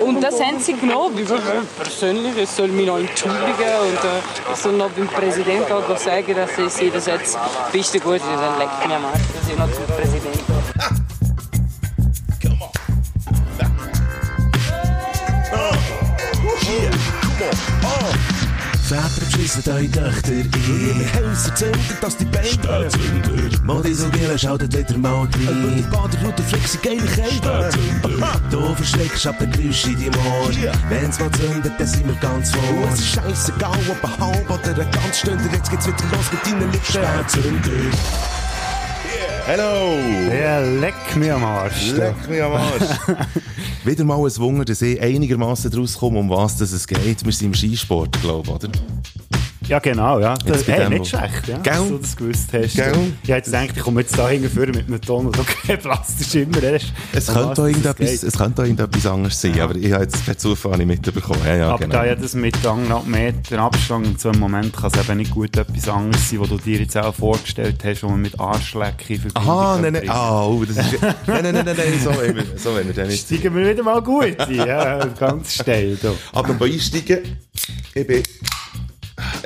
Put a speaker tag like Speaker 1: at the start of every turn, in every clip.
Speaker 1: Und das einzige noch, persönlich, ich soll mich noch entschuldigen und äh, ich soll noch beim Präsidenten auch sagen, dass ich sehe, dass jetzt bist du gut, dann leckt mir am Arsch, dass ich noch zum Präsidenten.
Speaker 2: Väter beschissen eure Töchter ein. Häuser zünden, dass die Beine Modisogelen schaltet wieder mal
Speaker 3: Über die
Speaker 2: rein.
Speaker 3: Baderoute flexen geile Kälte.
Speaker 2: Du verschreckst ab der Geräusche in deinem Ohr. Wenn's mal zündet, dann sind wir ganz
Speaker 3: Oh, es
Speaker 2: vor.
Speaker 3: ist scheißegal, ob ein halb oder ein ganz Stünder. Jetzt geht's wieder los mit deinen Liebsten.
Speaker 4: Hello!
Speaker 5: Ja, leck mir am Arsch.
Speaker 4: Leck mich am Arsch. Wieder mal ein Wunder, dass ich einigermaßen draus komme, um was das es geht. Wir sind im Skisport, glaube ich, oder?
Speaker 5: Ja, genau, ja. Das,
Speaker 4: bei
Speaker 5: hey,
Speaker 4: dem,
Speaker 5: nicht
Speaker 4: wo-
Speaker 5: schlecht, ja,
Speaker 4: Gell?
Speaker 5: dass du das gewusst hast.
Speaker 4: Gell?
Speaker 5: Ich hätte gedacht, ich komme jetzt da hingeführen mit einem Ton, wo du keinen plastisch immer hast.
Speaker 4: Es
Speaker 5: Um was
Speaker 4: könnte, auch
Speaker 5: das
Speaker 4: irgendetwas,
Speaker 5: geht.
Speaker 4: es könnte auch irgendetwas anderes sein, aber ich habe jetzt per Zufall nicht mitbekommen. Ja, ja,
Speaker 5: Aber
Speaker 4: genau.
Speaker 5: da ja das mit anderthalb Metern Abstand in so einem Moment kann es eben nicht gut etwas anderes sein, was du dir jetzt auch vorgestellt hast, wo man mit Arschlecke verbindet.
Speaker 4: Aha, nein, nein, ah, oh, das ist... Nein, nein, nein, nein, nein, so wollen wir, so wollen wir den nicht.
Speaker 5: Steigen wir wieder mal gut ein, ja, ganz steil. Da.
Speaker 4: Aber bei Einsteigen, ich bin...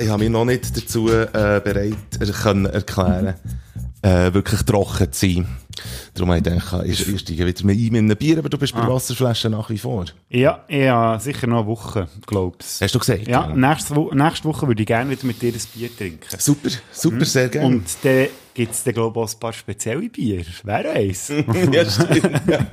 Speaker 4: Ich habe mich noch nicht dazu äh, bereit er können erklären äh, wirklich trocken zu sein. Darum habe ich gedacht, ich, ich steige wieder mit ihm in ein Bier, aber du bist bei
Speaker 5: Ah.
Speaker 4: Wasserflaschen nach wie vor.
Speaker 5: Ja, ja, sicher noch eine Woche, glaubst
Speaker 4: Hast du gesagt?
Speaker 5: Ja, nächste, Wo nächste Woche würde ich gerne wieder mit dir ein Bier trinken.
Speaker 4: Super, super, sehr gerne.
Speaker 5: Und dann gibt es, glaube ich, auch ein paar spezielle Bier. Wer weiß.
Speaker 4: ja, stimmt. Ja.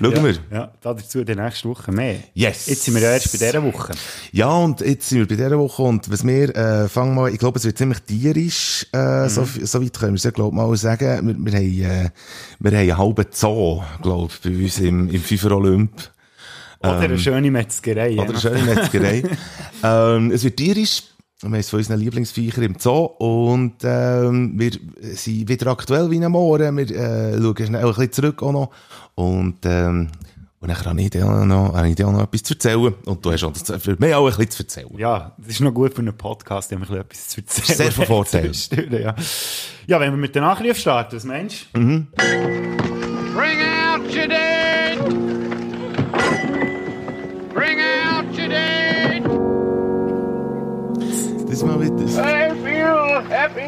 Speaker 4: Schauen wir.
Speaker 5: ja, dazu dann nächste Woche mehr.
Speaker 4: Yes.
Speaker 5: Jetzt sind wir ja erst bei dieser Woche.
Speaker 4: Ja, und jetzt sind wir bei dieser Woche und was wir, äh, fangen mal, ich glaube, es wird ziemlich tierisch, äh, so, so weit können wir es ja, glaube ich, mal sagen. Wir, wir haben, äh, wir haben einen halben Zoo, glaube ich, bei uns im, im FIFA Olymp.
Speaker 5: Oder eine schöne Metzgerei.
Speaker 4: Ähm, Oder eine schöne Metzgerei. ähm, es wird tierisch. Wir haben es von unseren Lieblingsviechern im Zoo und ähm, wir sind wieder aktuell wie am Morgen. Wir äh, schauen schnell ein bisschen zurück auch noch. Und, ähm, und dann habe ich dir auch noch, habe ich dir auch noch etwas zu erzählen. Und du hast auch das- für mich auch ein bisschen zu erzählen.
Speaker 5: Ja, das ist noch gut für einen Podcast, dem ich etwas zu erzählen.
Speaker 4: Sehr von Vorteil.
Speaker 5: ja. ja, wenn wir mit der Nachricht starten, was meinst du?
Speaker 6: Bring out your dead! Bring out your dead!
Speaker 4: Das mal wieder das
Speaker 6: I feel happy!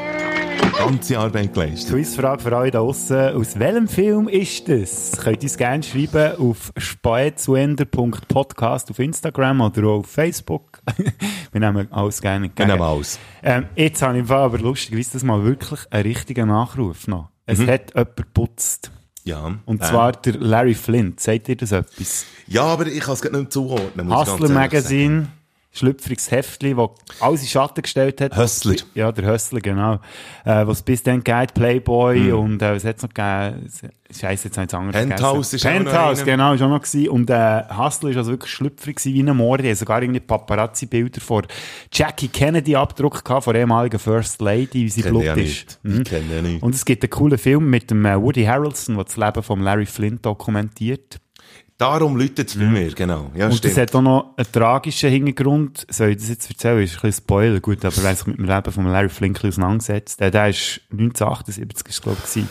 Speaker 4: ganze Arbeit geleistet.
Speaker 5: Quizfrage für euch da draussen. Aus welchem Film ist das? Könnt ihr es gerne schreiben auf spaezuender.podcast auf Instagram oder auch auf Facebook. wir nehmen alles gerne entgegen.
Speaker 4: Wir nehmen alles.
Speaker 5: Ähm, jetzt habe ich im Fall aber lustigerweise das mal wirklich einen richtigen Nachruf noch. Es hat jemand geputzt.
Speaker 4: Ja.
Speaker 5: Und
Speaker 4: Mhm. Äh.
Speaker 5: zwar der Larry Flint. Sagt ihr das etwas?
Speaker 4: Ja, aber ich kann es gerade nicht mehr zuordnen. muss ich ganz
Speaker 5: Hustler
Speaker 4: ehrlich
Speaker 5: Magazine, schlüpfriges Heftli, das alles in Schatten gestellt hat.
Speaker 4: Hustler.
Speaker 5: Ja, der Hustler, genau. Äh, was bis dann geht, Playboy
Speaker 4: Hm.
Speaker 5: und äh, was hat's noch gegeben? Scheiße, jetzt habe ich es anders
Speaker 4: Penthouse
Speaker 5: vergessen.
Speaker 4: ist auch noch
Speaker 5: Penthouse,
Speaker 4: einer.
Speaker 5: genau, ist auch noch gewesen. Und äh, Hustler ist also wirklich schlüpfrig gewesen, wie ein Mord. Er sogar irgendwie Paparazzi-Bilder von Jackie Kennedy abgedruckt gehabt, von der ehemaligen First Lady, wie sie
Speaker 4: Kenne ich ja
Speaker 5: blut ist. Hm?
Speaker 4: nicht. Ich kenne ja nicht.
Speaker 5: Mhm. Und es gibt einen coolen Film mit dem äh, Woody Harrelson, der das Leben von Larry Flint dokumentiert.
Speaker 4: sagen. Darum läutet es bei mir, genau. Ja,
Speaker 5: Mhm. Und
Speaker 4: stimmt.
Speaker 5: das hat auch noch einen tragischen Hintergrund. Soll ich das jetzt erzählen? Ist ein bisschen Spoiler, gut, aber wer sich mit dem Leben von Larry Flink ein bisschen auseinandergesetzt. Der, der ist 1978, ist, glaube ich, gewesen,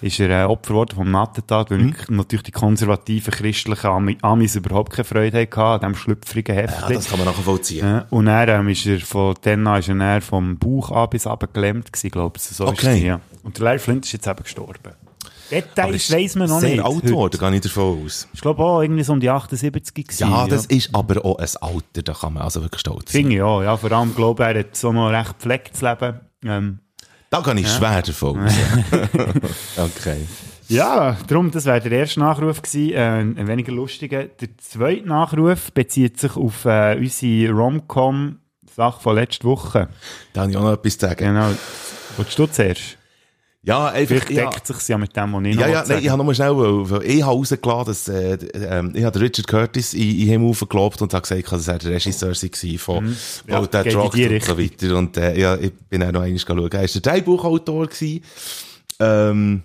Speaker 5: ist er äh, Opfer geworden vom Attentat,
Speaker 4: Mhm.
Speaker 5: weil wirklich natürlich die konservativen christlichen Ami Amis überhaupt keine Freude hatten an diesem schlüpfrigen Heft.
Speaker 4: ja, das kann man nachvollziehen.
Speaker 5: Ja, und dann ähm, ist er von dann an ist er dann vom Bauch an bis runter gelähmt gewesen, glaube ich. So ist
Speaker 4: Okay.
Speaker 5: es, ja. Und der Larry Flint ist jetzt eben gestorben.
Speaker 4: Aber
Speaker 5: Details
Speaker 4: ist
Speaker 5: weiss man noch
Speaker 4: sehr
Speaker 5: nicht.
Speaker 4: alt
Speaker 5: heute.
Speaker 4: geworden, gehe ich davon aus.
Speaker 5: Ich glaube auch irgendwie so um die 78 gewesen.
Speaker 4: Ja, das ist aber auch ein Alter, da kann man also wirklich stolz sein.
Speaker 5: Finde ich auch, ja. Vor allem, glaube ich, er hat so noch recht gepflegt zu leben. Ähm,
Speaker 4: Da kann ich schwer davon aus. okay.
Speaker 5: ja, darum, das wäre der erste Nachruf gewesen, äh, ein weniger lustiger. Der zweite Nachruf bezieht sich auf äh, unsere Romcom-Sache von letzter Woche.
Speaker 4: Da habe ich auch noch etwas zu sagen.
Speaker 5: Genau. Wolltest du zuerst?
Speaker 4: Ja, einfach...
Speaker 5: Vielleicht
Speaker 4: Ja,
Speaker 5: deckt sich ja mit dem, was ich noch
Speaker 4: ja, ja
Speaker 5: wollte
Speaker 4: nein,
Speaker 5: sagen.
Speaker 4: ich habe nochmal schnell... weil- weil Ich habe rausgeladen, dass... Äh, d- ähm, ich habe Richard Curtis in, in Himmel aufgelobt und habe gesagt, dass er der Regisseur war von mhm.
Speaker 5: Ja,
Speaker 4: Bolt That
Speaker 5: geht in
Speaker 4: Rock
Speaker 5: die
Speaker 4: und so weiter. Und äh, ja, ich bin auch noch einmal schauen. Er war der Drehbuchautor gewesen, ähm,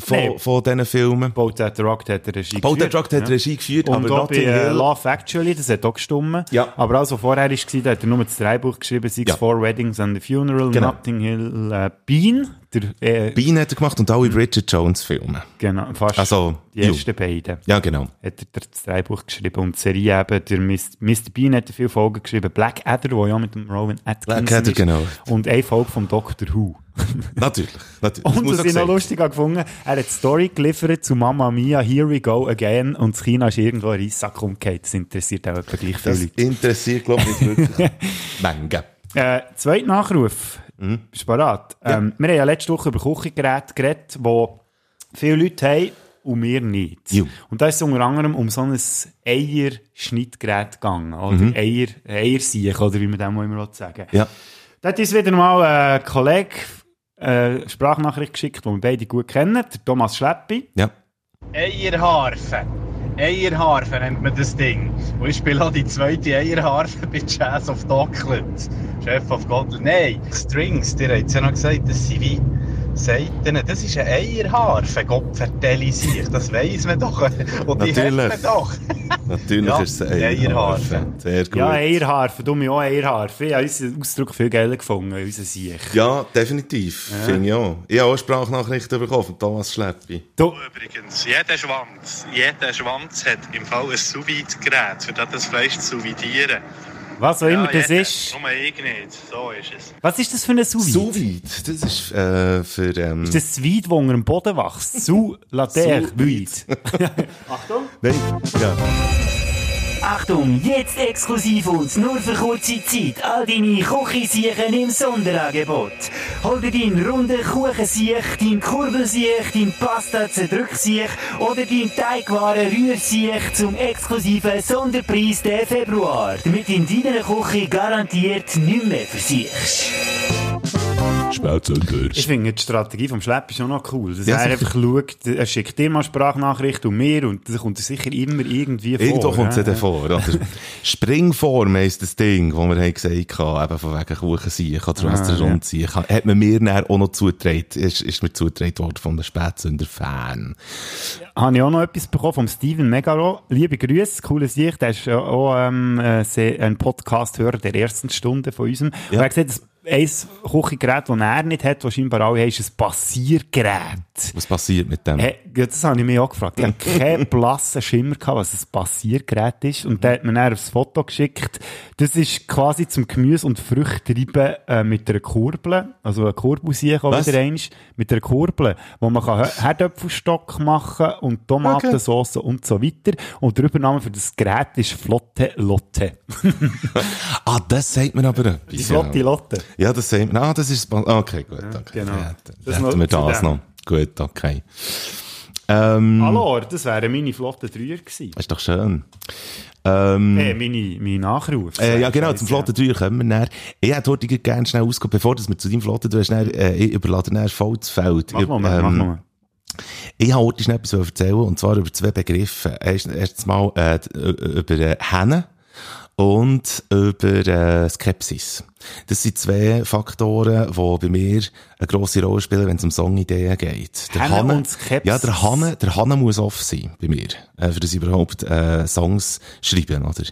Speaker 4: von,
Speaker 5: Nein.
Speaker 4: von diesen Filmen.
Speaker 5: Boat That Rock hat er Regie
Speaker 4: Bolt That Rock hat
Speaker 5: ja.
Speaker 4: Regie geführt,
Speaker 5: Und
Speaker 4: aber
Speaker 5: auch bei
Speaker 4: Notting
Speaker 5: äh,
Speaker 4: Hill...
Speaker 5: Love Actually, das hat auch gestimmt.
Speaker 4: Ja.
Speaker 5: Aber also vorher war, da hat er nur das Drehbuch geschrieben, Six
Speaker 4: Ja.
Speaker 5: Four Weddings and a Funeral,
Speaker 4: Genau.
Speaker 5: Notting Hill äh, Bean, der, äh,
Speaker 4: Bean hat er gemacht und alle Richard Jones-Filme.
Speaker 5: genau, fast
Speaker 4: Also,
Speaker 5: die
Speaker 4: you.
Speaker 5: ersten beiden.
Speaker 4: Ja, nou. genau.
Speaker 5: hat er das Drehbuch geschrieben und die Serie eben, der Mist- Mr. Bean hat viele Folgen geschrieben, Blackadder, wo ja mit dem Rowan Atkinson
Speaker 4: Blackadder,
Speaker 5: ist,
Speaker 4: genau.
Speaker 5: und eine Folge von Doctor Who.
Speaker 4: Natürlich. natürlich. Das
Speaker 5: Und
Speaker 4: muss
Speaker 5: das
Speaker 4: auch
Speaker 5: ich noch
Speaker 4: gesagt
Speaker 5: lustig habe gefunden, er hat die Story geliefert zu Mamma Mia, Here We Go Again und das China ist irgendwo in Reissack umgekehrt. Das interessiert auch etwa gleich viele
Speaker 4: Das
Speaker 5: Leute.
Speaker 4: interessiert, glaube ich, wirklich Menge.
Speaker 5: Äh, zweiter Nachruf.
Speaker 4: Mhm.
Speaker 5: Bist du bereit? Ähm, wir haben ja letzte Woche über Küchengeräte geredet, wo viele Leute haben und wir nicht.
Speaker 4: Jo.
Speaker 5: Und da ist es unter anderem um so ein Eierschnittgerät gegangen. Oder Eier, Eiersiech, oder wie man dem auch immer will sagen
Speaker 4: Mhm. Ja.
Speaker 5: Da hat uns wieder mal ein Kollege eine Sprachnachricht geschickt, die wir beide gut kennen, der Thomas Schleppi.
Speaker 4: Ja.
Speaker 7: Eierharfe. Eierharfe nennt man das Ding. Und ich spiele auch die zweite Eierharfe bei Jazz of Dockland. Chef of Gotland. Nein, Strings, dir habt es ja noch gesagt, das sind wie Seiten. Das ist eine Eierharfe, Gott vertelle sich. Das weiss man doch. Und die hat
Speaker 4: Natürlich.
Speaker 7: man doch.
Speaker 4: Natürlich
Speaker 7: Ja,
Speaker 4: ist es
Speaker 7: ja,
Speaker 4: ein
Speaker 7: ihr
Speaker 4: Eierhafen. Sehr gut.
Speaker 5: Ja,
Speaker 4: Ja,
Speaker 5: Eierharfe, du mich auch Eierharfe. Ich habe unseren Ausdruck viel geiler gefunden, unser Siech.
Speaker 4: definitiv. Finde ich auch. Ich habe auch Sprachnachrichten bekommen von Thomas Schleppi.
Speaker 5: Du,
Speaker 8: Übrigens, jeder Schwanz, jeder Schwanz hat im Fall ein sous gerät für das das Fleisch zu vidieren.
Speaker 5: was auch immer das ist.
Speaker 8: Nur ich nicht, so ist es.
Speaker 5: Was ist das für ein Sous-Vide?
Speaker 4: So weit. Das ist äh, für. Ähm,
Speaker 5: Ist das Weid, das unter dem Boden wächst? Sous la terre, Weid.
Speaker 4: Nein. Ja.
Speaker 9: Achtung, jetzt exklusiv und nur für kurze Zeit all deine Küchensiechen im Sonderangebot. Hol dir deinen runden Kuchensiech, deinen Kurbelsiech, deinen Pasta-Zerdrücksiech oder deinen Teigwaren-Rührsiech zum exklusiven Sonderpreis der Februar, damit in deiner Küche garantiert nicht mehr versiechst.
Speaker 5: Ich finde die Strategie vom Schlepp ist auch noch cool. Dass
Speaker 4: Ja,
Speaker 5: er
Speaker 4: sicher.
Speaker 5: einfach schaut, er schickt dir mal Sprachnachricht und mir und dann kommt er sicher immer irgendwie vor.
Speaker 4: Irgendwo kommt es
Speaker 5: ja.
Speaker 4: dann vor. Oder? Springform heisst das Ding, das wir haben gesagt haben, eben von wegen Kuchen ziehen kann, Tröster
Speaker 5: Ah, ja.
Speaker 4: rumziehen kann. Hat man mir dann auch noch zugetragen, ist, ist mir zugetragen worden von einem Spätsünder-Fan.
Speaker 5: Habe ich auch noch etwas bekommen vom Steven Megaro. Liebe Grüße, cooles Sicht. Der ist ja auch ähm, äh, sehr- ein Podcast-Hörer der ersten Stunde von unserem. Und er hat gesagt, dass ein Küchengerät, das er nicht hat, das scheinbar alle haben, ist ein Passiergerät.
Speaker 4: Was passiert mit dem?
Speaker 5: Hey, ja, das habe ich mich auch gefragt. Ich habe keinen blassen Schimmer gehabt, was ein Passiergerät ist. Und der hat mir dann aufs Foto geschickt. Das ist quasi zum Gemüse- und Früchttreiben äh, mit einer Kurbel. Also eine Kurbel sehe ich auch
Speaker 4: Was?
Speaker 5: wieder eins. Mit einer Kurbel, wo man kann Hö- Herdöpfelstock machen und Tomatensauce und so weiter. Und der Übername für das Gerät ist Flotte Lotte.
Speaker 4: Ah, das sagt mir aber etwas.
Speaker 5: Die Flotte
Speaker 4: ja.
Speaker 5: Lotte.
Speaker 4: ja, das sagt mir. Ah, das ist. Span- Ah, Okay, gut, danke.
Speaker 5: genau.
Speaker 4: Ja, dann
Speaker 5: Das
Speaker 4: hätten
Speaker 5: noch
Speaker 4: wir
Speaker 5: zu
Speaker 4: das
Speaker 5: dem.
Speaker 4: noch. Gut, okay. Ähm,
Speaker 5: Hallo, das wäre meine Flotte Dreier gewesen.
Speaker 4: ist doch schön. Ähm,
Speaker 5: Äh, meine, meine Nachruf.
Speaker 4: Äh, ja, genau, zum Flotten teuer kommen wir näher. Ich hätte heute gerne schnell ausgehen, bevor dass wir zu deinem Flotten tun, schnell, äh, ich überlade näher voll das Feld.
Speaker 5: Mach
Speaker 4: Ich-
Speaker 5: mal, mach
Speaker 4: ähm,
Speaker 5: mal.
Speaker 4: Ich habe heute schnell etwas erzählen, und zwar über zwei Begriffe. Erst- Erstens mal äh, d- äh, über äh, Hennen und über äh, Skepsis. Das sind zwei Faktoren, die bei mir eine grosse Rolle spielen, wenn es um Songideen geht.
Speaker 5: Hennen
Speaker 4: Hanne-
Speaker 5: und Skepsis.
Speaker 4: Ja, der Hanne, der Hanne muss off sein bei mir, äh, für das überhaupt äh, Songs schreiben, oder?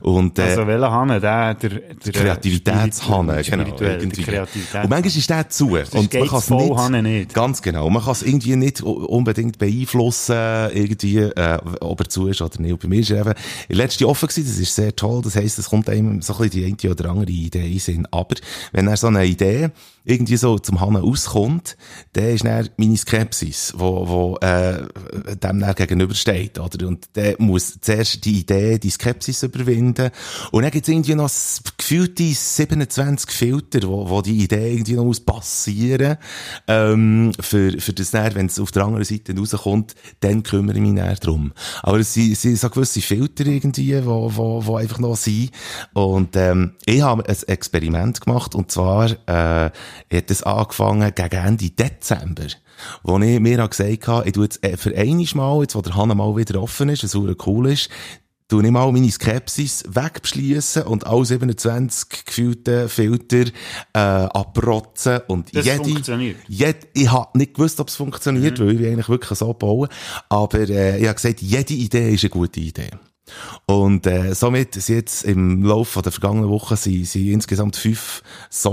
Speaker 4: Und, äh,
Speaker 5: Also welcher Hahn? Der, der, der
Speaker 4: Kreativitätshanne,
Speaker 5: Spirituelle,
Speaker 4: genau.
Speaker 5: der
Speaker 4: irgendwie.
Speaker 5: Kreativität.
Speaker 4: Und manchmal ist der zu. und man
Speaker 5: Gates
Speaker 4: kann es
Speaker 5: voll
Speaker 4: nicht,
Speaker 5: Hanne nicht.
Speaker 4: Ganz genau. Man kann es irgendwie nicht u- unbedingt beeinflussen, irgendwie, äh, ob er zu ist oder nicht. Und bei mir ist er eben in letzter offen gewesen. Das ist sehr toll. Das heisst, es kommt einem so ein bisschen die eine oder andere Idee in den Sinn. Aber wenn er so eine Idee irgendwie so zum Hanne auskommt, dann ist dann meine Skepsis, wo, wo, äh, dem dann gegenübersteht, oder? Und der muss zuerst die Idee, die Skepsis überwinden. Und dann gibt's irgendwie noch s- gefühlte 27 Filter, wo, wo die Idee irgendwie noch muss passieren, ähm, für, für das dann, wenn es auf der anderen Seite rauskommt, dann kümmere ich mich näher drum. Aber es sind, es sind so gewisse Filter irgendwie, wo, wo, wo einfach noch sind. Und, ähm, ich habe ein Experiment gemacht, und zwar, äh, hat es angefangen gegen Ende Dezember. Wo ich mir auch gesagt habe, ich tu jetzt äh, für einiges Mal, jetzt wo der Hanna mal wieder offen ist, was super cool ist, tu ich mal meine Skepsis wegbeschliessen und alle 27 gefühlten Filter äh, abrotzen und
Speaker 5: Das
Speaker 4: jede,
Speaker 5: funktioniert.
Speaker 4: Jed, ich habe nicht gewusst, ob es funktioniert, weil ich bin eigentlich wirklich so bauen. Aber äh, ich habe gesagt, jede Idee ist eine gute Idee. Und äh, somit sind jetzt im Laufe von der vergangenen Woche sind, sind insgesamt fünf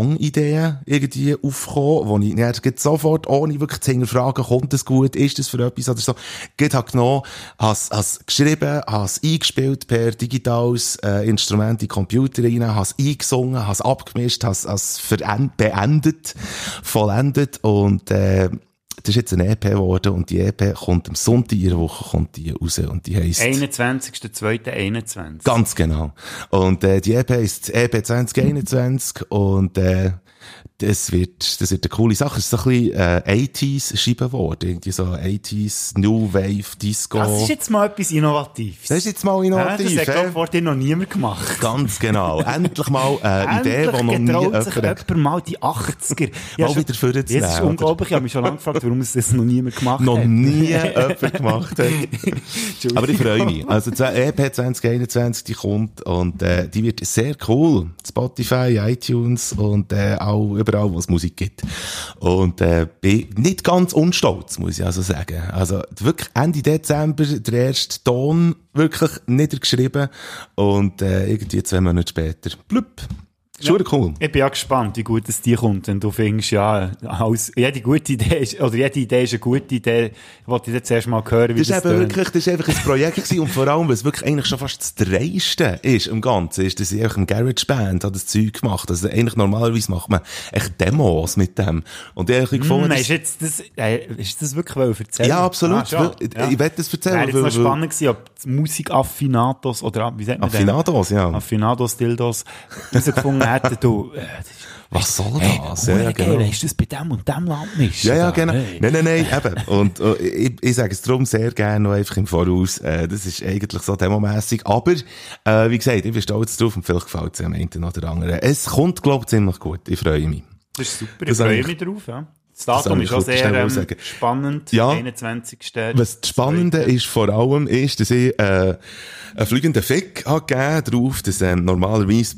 Speaker 4: Songideen irgendwie aufgekommen, wo ich dann grad sofort, ohne wirklich zu hinterfragen, kommt das gut, ist das für etwas oder so, grad habe genommen, habe es geschrieben, habe es eingespielt per digitales äh, Instrument in den Computer rein, habe es eingesungen, habe es abgemischt, habe es- habe es veren- beendet, vollendet und äh, das ist jetzt eine EP geworden und die EP kommt am Sonntag ihrer Woche kommt die raus und die heisst...
Speaker 5: 21.02.21.
Speaker 4: Ganz genau. Und äh, die EP ist EP 2021 und äh, das wird, das wird eine coole Sache. Es ist so ein bisschen äh, 80s Scheibe geworden. Irgendwie so 80s New Wave Disco.
Speaker 5: Das ist jetzt mal etwas Innovatives.
Speaker 4: Das ist jetzt mal
Speaker 5: Ja, dus
Speaker 4: innovativ.
Speaker 5: das hat, glaube
Speaker 4: hä?
Speaker 5: ich, vorhin noch niemand gemacht.
Speaker 4: Ganz genau. Endlich mal eine Idee, die noch
Speaker 5: Endlich
Speaker 4: nie
Speaker 5: getraut sich
Speaker 4: jemand
Speaker 5: jemand mal die 80er. Ja,
Speaker 4: Mal wieder vorzunehmen,
Speaker 5: Jetzt ist
Speaker 4: oder?
Speaker 5: unglaublich, ich habe mich schon lange gefragt, warum es das noch niemand gemacht
Speaker 4: noch
Speaker 5: hat.
Speaker 4: nie jemand gemacht hat. Aber ich freue mich. Also die EP 2021, die kommt und äh, die wird sehr cool. Spotify, iTunes und äh, auch überall, wo es Musik gibt. Und äh, bin nicht ganz unstolz, muss ich also sagen. Also wirklich Ende Dezember der erste Ton wirklich niedergeschrieben und äh, irgendwie zwei Monate später, blub, schon cool.
Speaker 5: Ich bin ja gespannt, wie gut es dir kommt, wenn du findest, ja, alles, jede gute Idee ist, oder jede Idee ist eine gute Idee. Ich wollte jetzt erst mal hören, wie
Speaker 4: Das
Speaker 5: das,
Speaker 4: ist
Speaker 5: das
Speaker 4: eben
Speaker 5: tönt.
Speaker 4: wirklich, das ist einfach ein Projekt gewesen und vor allem, was wirklich eigentlich schon fast das Dreiste ist im Ganzen, ist, dass ich einfach im Garageband habe das Zeug gemacht. Also eigentlich normalerweise macht man echt Demos mit dem. Und ich habe ein bisschen
Speaker 5: Hm,
Speaker 4: gefunden,
Speaker 5: hast
Speaker 4: dass-
Speaker 5: du jetzt das, äh, hast du das wirklich wollen
Speaker 4: dus-
Speaker 5: erzählen?
Speaker 4: ja, absolut.
Speaker 5: Ah,
Speaker 4: Ich,
Speaker 5: schon.
Speaker 4: ja. ich werde das erzählen.
Speaker 5: Wäre jetzt noch
Speaker 4: weil- weil-
Speaker 5: spannend gewesen, ob die Musikaffinatos oder ab- wie sagt man denn?
Speaker 4: Affinados, ja.
Speaker 5: Affinados, Dildos, herausgefunden hätten, du, äh,
Speaker 4: Was soll
Speaker 5: hey,
Speaker 4: das?
Speaker 5: ja,
Speaker 4: Ja, ja,
Speaker 5: geil,
Speaker 4: genau.
Speaker 5: ist das bei dem und dem Land nicht?
Speaker 4: Ja, ja, nou. genau.
Speaker 5: Hey.
Speaker 4: Nein, nein, nein, eben. Und äh, ich, ich sage es darum sehr gerne noch einfach im Voraus. Äh, das ist eigentlich so demomässig. Aber, äh, wie gesagt, ich bin stolz drauf und vielleicht gefällt es am Ende oder anderen. Es kommt, glaube ich, ziemlich gut. Ich freue mich.
Speaker 5: Das ist super,
Speaker 4: Das
Speaker 5: ich freue
Speaker 4: eigentlich-
Speaker 5: mich drauf, ja. Das
Speaker 4: das
Speaker 5: Datum
Speaker 4: eigentlich
Speaker 5: ist auch
Speaker 4: kurz schnell
Speaker 5: sehr ähm,
Speaker 4: sagen.
Speaker 5: spannend,
Speaker 4: Ja.
Speaker 5: 21.
Speaker 4: Was das Spannende ist vor allem, ist, dass ich äh, einen fliegenden Fick habe gegeben darauf, dass ähm, normalerweise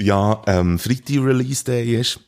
Speaker 4: ja ähm, Freitag Release Day ist.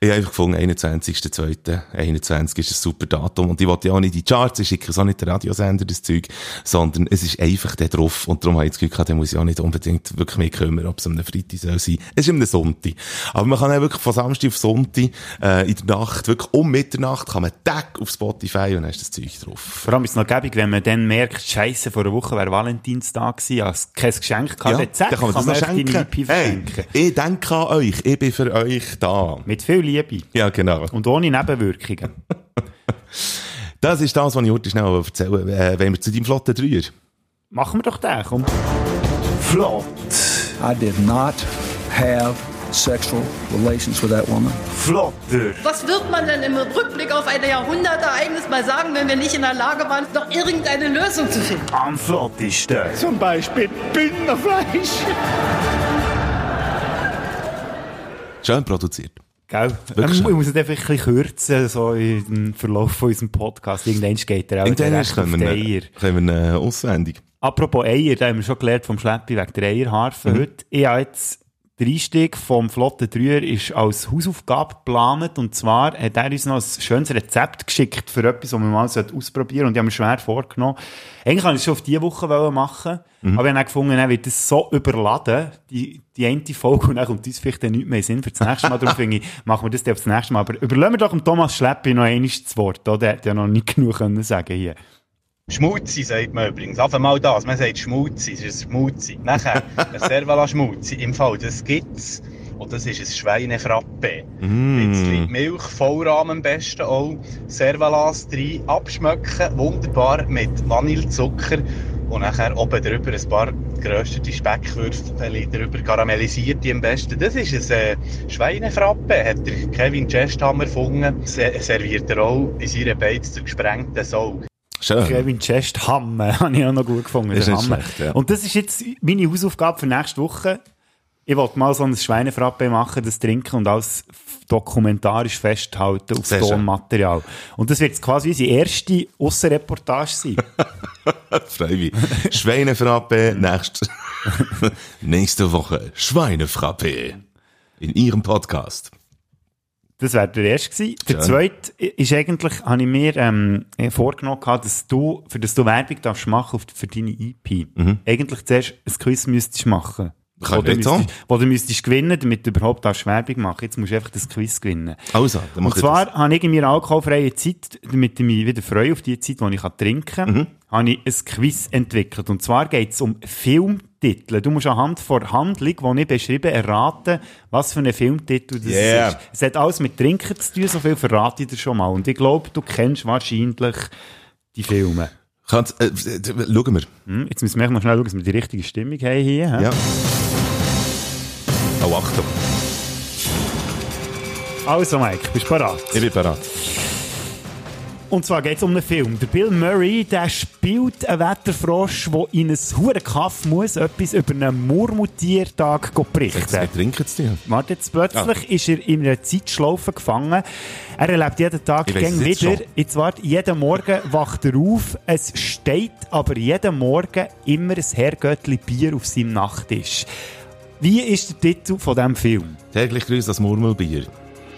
Speaker 4: Ich habe einfach gefunden, 21.02.21 ist ein super Datum und ich wollte ja auch nicht in die Charts, ich schicke es auch nicht den Radiosender, das Zeug, sondern es ist einfach da drauf und darum habe ich das Gefühl gehabt, da muss ich auch nicht unbedingt wirklich mehr kümmern, ob es am Freitag soll sein. Es ist am Sonntag. Aber man kann auch wirklich von Samstag auf Sonntag äh, in der Nacht, wirklich um Mitternacht, kann man Tag auf Spotify und dann ist das Zeug drauf.
Speaker 5: Vor allem ist es noch gäbig, wenn man dann merkt, Scheiße, vor einer Woche wäre Valentinstag gewesen, hast kein Geschenk gehabt, dann zack,
Speaker 4: dann kann man das noch
Speaker 5: einfach deine
Speaker 4: schenken.
Speaker 5: IP
Speaker 4: Hey,
Speaker 5: verschenken.
Speaker 4: ich denke an euch, ich bin für euch da.
Speaker 5: Mit viel Liebe
Speaker 4: Ja, genau.
Speaker 5: und ohne Nebenwirkungen.
Speaker 4: Das ist das, was ich heute schnell erzählen wollte. Äh, wenn wir zu deinem flotten Dreier.
Speaker 5: Machen wir doch den, komm.
Speaker 10: Flawed. I did not have sexual relations with that woman.
Speaker 5: Flotter.
Speaker 11: Was wird man denn im Rückblick auf ein Jahrhundertereignis mal sagen, wenn wir nicht in der Lage waren, noch irgendeine Lösung zu finden?
Speaker 5: Am flottesten.
Speaker 9: Zum Beispiel Bündnerfleisch.
Speaker 4: Schön produziert.
Speaker 5: Gell? Ähm,
Speaker 4: Wirklich
Speaker 5: ich
Speaker 4: schön.
Speaker 5: muss es einfach ein bisschen kürzen, so im Verlauf von unserem Podcast. Irgendwann geht er auch
Speaker 4: In dem
Speaker 5: wieder
Speaker 4: ist
Speaker 5: recht auf
Speaker 4: können
Speaker 5: die
Speaker 4: wir
Speaker 5: Eier.
Speaker 4: eine, können wir eine Aussendung.
Speaker 5: Apropos Eier, da haben wir schon gelernt vom Schleppi wegen der Eierharfe heute. Ich habe jetzt der Einstieg vom Flotten Dreier ist als Hausaufgabe geplant und zwar hat er uns noch ein schönes Rezept geschickt für etwas, was wir mal sollten ausprobieren und ich habe mir schwer vorgenommen. Eigentlich wollte ich es schon auf diese Woche wollen machen, aber ich habe dann gefunden, dann wird das so überladen, die, die eine Folge und dann kommt uns vielleicht dann nichts mehr in den Sinn für das nächste Mal. Darum finde ich, machen wir das dann aufs nächste Mal. Aber überlassen wir doch dem Thomas Schleppi noch einmal das Wort, oder? Der hat ja noch nicht genug können sagen hier.
Speaker 7: Schmutzi sagt man übrigens. Auf einmal das. Man sagt Schmutzi, es ist ein Schmutzi. Nachher, ein Servala Schmutzi. Im Fall, das gibt's. Und das ist ein Schweinefrappe. Ein
Speaker 4: Hm. Mm,
Speaker 7: bisschen Milch, Vollrahmen am besten auch. Servalas rein, abschmecken. Wunderbar mit Vanillezucker. Und nachher oben drüber ein paar geröstete Speckwürfel drüber, karamellisierte am besten. Das ist ein äh, Schweinefrappe, hat der Kevin Chesthammer erfunden. Se serviert er auch in seiner Beiz zur gesprengten Sau.
Speaker 4: Schön.
Speaker 5: Kevin Chest Hamme, habe ich auch noch gut gefunden.
Speaker 4: Ist
Speaker 5: der
Speaker 4: nicht
Speaker 5: Hamme.
Speaker 4: schlecht, ja.
Speaker 5: Und das ist jetzt meine Hausaufgabe für nächste Woche. Ich wollte mal so ein Schweinefrappe machen, das trinken und alles f- dokumentarisch festhalten auf
Speaker 4: Sehr schön.
Speaker 5: Tonmaterial. Und das wird jetzt quasi unsere erste Aussenreportage sein.
Speaker 4: Freue mich. Schweinefrappe nächst, nächste Woche. Schweinefrappe. In Ihrem Podcast.
Speaker 5: Das wäre der erste gewesen. Der
Speaker 4: Schön.
Speaker 5: zweite ist eigentlich, habe ich mir ähm, vorgenommen, gehabt, dass du, für das du Werbung darfst machen auf, für deine IP,
Speaker 4: Mhm.
Speaker 5: eigentlich zuerst ein Quiz müsstest machen.
Speaker 4: Kann
Speaker 5: Wo du,
Speaker 4: ich nicht so?
Speaker 5: müsstest, wo du müsstest gewinnen, damit du überhaupt darfst Werbung machen. Jetzt musst du einfach das Quiz gewinnen.
Speaker 4: Also, dann mach
Speaker 5: Und
Speaker 4: ich
Speaker 5: zwar habe ich in meiner alkoholfreien Zeit, damit ich mich wieder freue auf die Zeit, die ich kann trinken
Speaker 4: Mhm.
Speaker 5: kann, habe ich ein Quiz entwickelt. Und zwar geht es um Filmtitel. Du musst anhand von Handlung, die ich beschreibe, erraten, was für ein Filmtitel das
Speaker 4: Yeah.
Speaker 5: ist. Es hat alles mit Trinken zu tun, so viel verrate ich dir schon mal. Und ich glaube, du kennst wahrscheinlich die Filme.
Speaker 4: Kannst, äh, schauen wir.
Speaker 5: Hm, jetzt müssen wir echt noch schnell schauen, dass wir die richtige Stimmung haben hier. hä?
Speaker 4: Ja. Oh, Achtung.
Speaker 5: Also Mike, bist du bereit?
Speaker 4: Ich bin bereit.
Speaker 5: Und zwar geht es um einen Film. Der Bill Murray, der spielt einen Wetterfrosch, der in einen huren Kaff muss, etwas über einen Murmeltiertag go
Speaker 4: Jetzt
Speaker 5: berichten.
Speaker 4: nicht Ah. trinken zu dir.
Speaker 5: Warte, jetzt plötzlich ist er in einer Zeitschlaufe gefangen. Er erlebt jeden Tag
Speaker 4: Ich weiss
Speaker 5: gäng
Speaker 4: es jetzt
Speaker 5: wieder.
Speaker 4: schon.
Speaker 5: Jetzt warte, jeden Morgen wacht er auf. Es steht aber jeden Morgen immer ein Herrgöttli Bier auf seinem Nachttisch. Wie ist der Titel von diesem Film?
Speaker 4: Täglich grüßt das Murmelbier.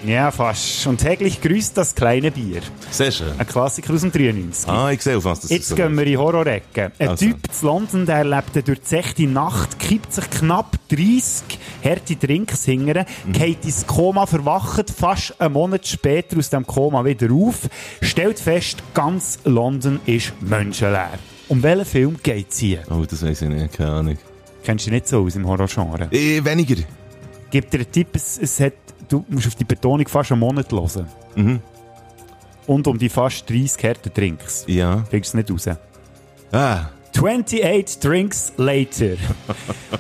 Speaker 5: Ja, fast. Und täglich grüßt das kleine Bier.
Speaker 4: Sehr schön.
Speaker 5: Ein Klassiker aus dem 93.
Speaker 4: Ah, ich sehe, auf was das
Speaker 5: Jetzt
Speaker 4: so
Speaker 5: gehen wir in Horrorecke. Ein
Speaker 4: Also.
Speaker 5: Typ in London, der lebt durch die sechte Nacht, kippt sich knapp 30 harte Drinks hingere,
Speaker 4: Mhm.
Speaker 5: geht ins Koma, verwacht fast einen Monat später aus dem Koma wieder auf, stellt fest, ganz London ist menschenleer. Um welchen Film geht es hier?
Speaker 4: Oh, das weiß ich nicht. Keine Ahnung.
Speaker 5: Kennst du dich nicht so aus im Horrorgenre?
Speaker 4: Äh, weniger.
Speaker 5: Gib dir einen Tipp, es, es hat, du musst auf die Betonung fast einen Monat hören.
Speaker 4: Mhm.
Speaker 5: Und um die fast 30 harten Drinks.
Speaker 4: Ja.
Speaker 5: Kriegst du es nicht raus.
Speaker 4: Ah.
Speaker 5: 28 Drinks Later.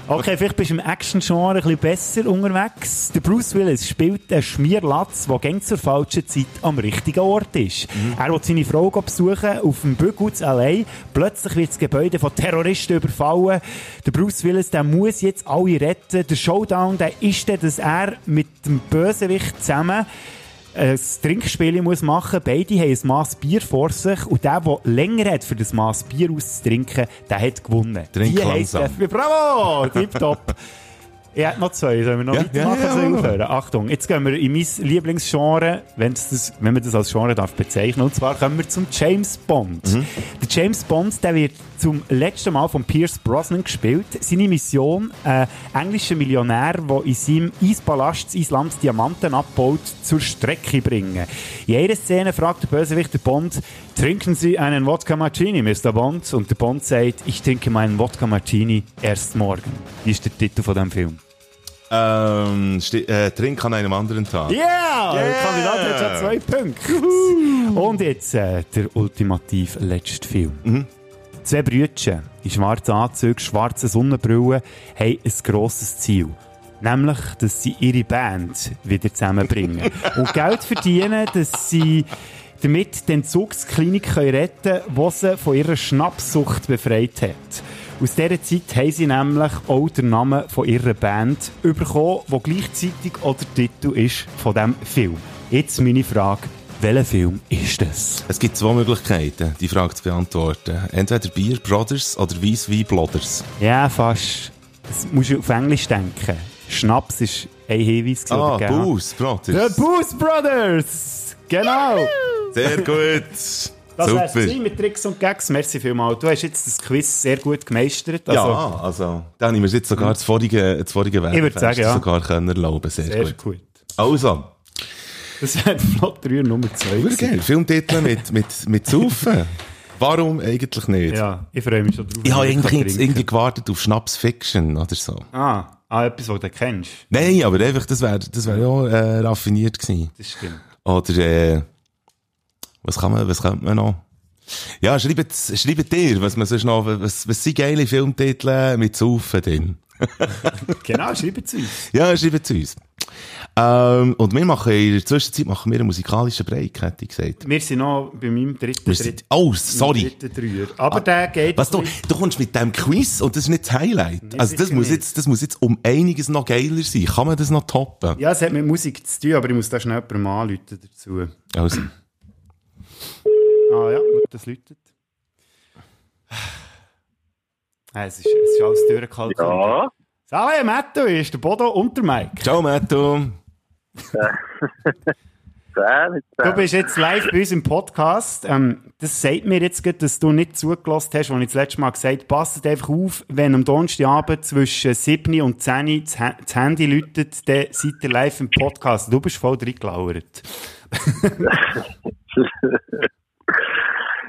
Speaker 5: Okay, vielleicht bist du im Action-Genre ein bisschen besser unterwegs. Der Bruce Willis spielt einen Schmierlatz, der gäng zur falschen Zeit am richtigen Ort ist. Er will seine Frau gehen besuchen auf dem Bügel zu L.A. Plötzlich wird das Gebäude von Terroristen überfallen. Der Bruce Willis der muss jetzt alle retten. Der Showdown der ist dann, dass er mit dem Bösewicht zusammen ein Trinkspiel muss machen. Beide haben ein Maß Bier vor sich und der, der länger hat, für das Maß Bier auszutrinken, der hat gewonnen.
Speaker 4: Trink
Speaker 5: Die heisst
Speaker 4: langsam.
Speaker 5: FB. Bravo! Tipptopp! Ich hätte noch zwei, sollen wir noch
Speaker 4: Ja,
Speaker 5: weitermachen?
Speaker 4: ja, ja,
Speaker 5: sollen
Speaker 4: ja.
Speaker 5: wir aufhören? Achtung, jetzt gehen wir in mein Lieblingsgenre, wenn's das, wenn man das als Genre darf bezeichnen und zwar kommen wir zum James Bond.
Speaker 4: Mhm.
Speaker 5: Der James Bond, der wird zum letzten Mal von Pierce Brosnan gespielt. Seine Mission, ein englischer Millionär, der in seinem Eispalast in Island Diamanten abbaut, zur Strecke bringen. In einer Szene fragt der Bösewicht der Bond, trinken Sie einen Wodka Martini, Mr. Bond? Und der Bond sagt, ich trinke meinen Wodka Martini erst morgen. Wie ist der Titel von diesem Film?
Speaker 4: Ähm, sti- äh, trink an einem anderen Tag.
Speaker 5: Ja, yeah! der
Speaker 4: Yeah!
Speaker 5: Kandidat hat schon zwei Punkte. Und jetzt äh, der ultimativ letzte Film. Zwei Brütchen in schwarzen Anzügen, schwarzen Sonnenbrillen haben ein grosses Ziel. Nämlich, dass sie ihre Band wieder zusammenbringen und Geld verdienen, dass sie damit die Entzugsklinik können retten können, die sie von ihrer Schnapssucht befreit hat. Aus dieser Zeit haben sie nämlich auch den Namen von ihrer Band bekommen, die gleichzeitig auch der Titel ist von diesem Film. Jetzt meine Frage, welcher Film ist das?
Speaker 4: Es gibt zwei Möglichkeiten, die Frage zu beantworten. Entweder Bier Brothers oder Weisswein Blodders.
Speaker 5: Ja, fast. Das musst du auf Englisch denken. Schnaps ist ein Hinweis. gewesen,
Speaker 4: Ah,
Speaker 5: oder, genau? gell?
Speaker 4: Booze
Speaker 5: The
Speaker 4: Brothers.
Speaker 5: Boost Brothers! Genau!
Speaker 4: Sehr gut.
Speaker 5: Das
Speaker 4: Super.
Speaker 5: wär's gewesen mit Tricks und Gags. Merci vielmals. Du hast jetzt das Quiz sehr gut gemeistert. Also,
Speaker 4: ja, also, dann haben wir jetzt sogar das vorige, das vorige Werk
Speaker 5: würd sagen, ja.
Speaker 4: sogar können erlauben. Sehr,
Speaker 5: sehr
Speaker 4: gut.
Speaker 5: gut.
Speaker 4: Also,
Speaker 5: Das wäre Flot 3 Nummer 2.
Speaker 4: Urgeil. Filmtitel mit, mit, mit Saufen. Warum eigentlich nicht?
Speaker 5: Ja, ich freue mich schon drauf.
Speaker 4: Ich habe
Speaker 5: wenn
Speaker 4: irgendwie,
Speaker 5: das
Speaker 4: jetzt irgendwie gewartet auf Schnaps Fiction oder so.
Speaker 5: Ah, ah, etwas, was du kennst.
Speaker 4: Nein, aber einfach, das wäre das wär ja auch, äh, raffiniert gewesen.
Speaker 5: Das stimmt.
Speaker 4: Oder, äh, was kann man, was könnte man noch? Ja, schreibt, schreibt dir, was man sonst noch, was, was sind geile Filmtitel mit Saufen drin?
Speaker 5: Genau, schreibt es uns.
Speaker 4: Ja, schreibt zu uns. Ähm, und wir machen, in der Zwischenzeit machen wir einen musikalischen Break, hätte ich gesagt.
Speaker 5: Wir sind noch bei meinem dritten
Speaker 4: Wir sind, oh, sorry. Ah,
Speaker 5: dritten Dreier. Aber der geht.
Speaker 4: Was du,
Speaker 5: ein bisschen-
Speaker 4: du kommst mit dem Quiz und das ist nicht das Highlight. Also das
Speaker 5: sicher
Speaker 4: muss
Speaker 5: nicht.
Speaker 4: jetzt, das muss jetzt um einiges noch geiler sein. Kann man das noch toppen?
Speaker 5: Ja, es hat mit Musik zu tun, aber ich muss da schnell jemandem anrufen dazu.
Speaker 4: Also,
Speaker 5: Ah ja, gut, das läutet. Ah, es, ist, es ist alles durchgehalten. Ja. Salut, Matto, hier ist der Bodo und der Mike.
Speaker 4: ciao, Matto.
Speaker 12: Zähne
Speaker 5: Du bist jetzt live bei uns im Podcast. Ähm, das sagt mir jetzt gerade, dass du nicht zugelassen hast, als ich das letzte Mal gesagt habe, passt einfach auf, wenn am Donnerstagabend zwischen 7 und 10 Uhr das Ha- das Handy läutet, dann seid ihr live im Podcast. Du bist voll reingelauert.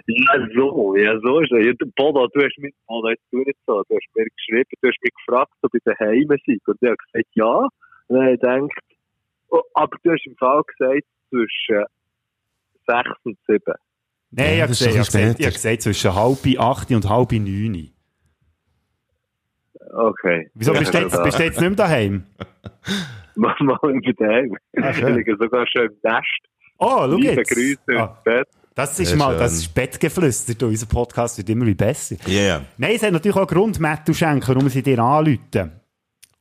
Speaker 12: Ja, so, ja, so ist es. Ja, du, Bodo, du hast mich, Bodo, jetzt tu nicht so. Du hast mir geschrieben, du hast mich gefragt, ob ich daheim sei. Und ich habe gesagt, ja. Und dann habe ich gedacht, oh, aber du hast im Fall gesagt, zwischen sechs und sieben.
Speaker 5: Nein,
Speaker 12: Ja,
Speaker 5: ich
Speaker 12: das
Speaker 5: habe
Speaker 12: ist
Speaker 5: gesagt,
Speaker 12: doch ein
Speaker 5: ich habe gesagt, ich habe gesagt, zwischen halb 8 und halb 9.
Speaker 12: Okay. also,
Speaker 5: Wieso bist du
Speaker 12: genau.
Speaker 5: jetzt, bist du jetzt nicht mehr daheim?
Speaker 12: Mal, mal über daheim.
Speaker 5: Ah,
Speaker 12: Ich
Speaker 5: schön.
Speaker 12: liege sogar schon im Nest.
Speaker 5: Oh, schau
Speaker 12: Liebe
Speaker 5: jetzt.
Speaker 12: Grüße
Speaker 5: Ah,
Speaker 12: ins Bett.
Speaker 5: Das ist mal, das ist Bettgeflüster. Du, Unser Podcast wird immer wie besser.
Speaker 4: Yeah.
Speaker 5: Nein, es hat natürlich auch einen Grund, Matt, du Schenker, warum sie dir anrufen.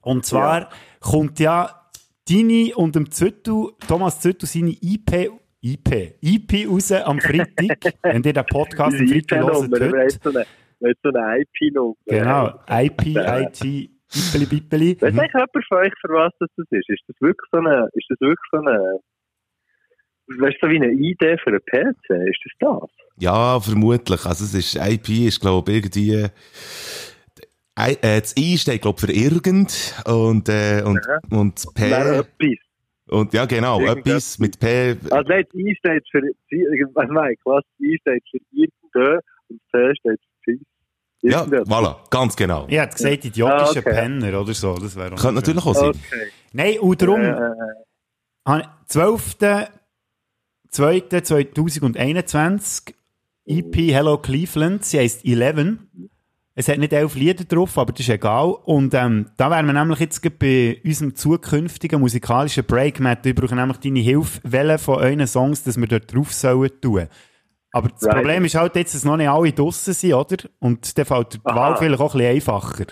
Speaker 5: Und zwar kommt ja deine und dem Züttu, Thomas Züttu, seine IP, IP, IP raus am Freitag, wenn ihr den Podcast am
Speaker 12: Unsere
Speaker 5: Freitag hört.
Speaker 12: IP-Nummer, wir haben so eine- wir haben so eine IP-Nummer.
Speaker 5: Genau, IP, IT, Ippeli, Bippeli.
Speaker 12: Weiß eigentlich jemand von euch, für was das das ist? Ist das wirklich so eine, ist das wirklich so eine, weißt du, so wie eine Idee für einen PC? Ist das das?
Speaker 4: Ja, vermutlich. Also es ist, IP ist, glaube ich, irgendwie... äh, I, äh, das I steht, glaube ich, für irgend und, äh, und, und das P...
Speaker 12: Wäre etwas.
Speaker 4: Und ja, genau,
Speaker 12: Irgendetwas.
Speaker 4: etwas mit P...
Speaker 12: Also nein, das I steht für, also nein, klar, das I steht für irgendwo und das C steht für Peace.
Speaker 4: Ja, voilà, ganz genau.
Speaker 5: Ich hätte gesagt, idiotischer
Speaker 4: Ah, okay.
Speaker 5: Penner oder so. Das wäre
Speaker 4: Könnte natürlich auch sein.
Speaker 12: Okay.
Speaker 5: Nein, und darum,
Speaker 4: Äh.
Speaker 5: habe ich 12. 2. 2021, EP E Hello Cleveland, sie heisst 11. Es hat nicht elf Lieder drauf, aber das ist egal. Und ähm, da wären wir nämlich jetzt gerade bei unserem zukünftigen musikalischen Break, Matt. Ich brauche nämlich deine Hilfe, welche von euren Songs, dass wir dort drauf sollen tun. Aber das
Speaker 13: Right.
Speaker 5: Problem ist halt jetzt, dass noch nicht alle draussen sind, oder? Und dann fällt dir die
Speaker 12: Aha.
Speaker 5: Wahl vielleicht auch ein bisschen einfacher.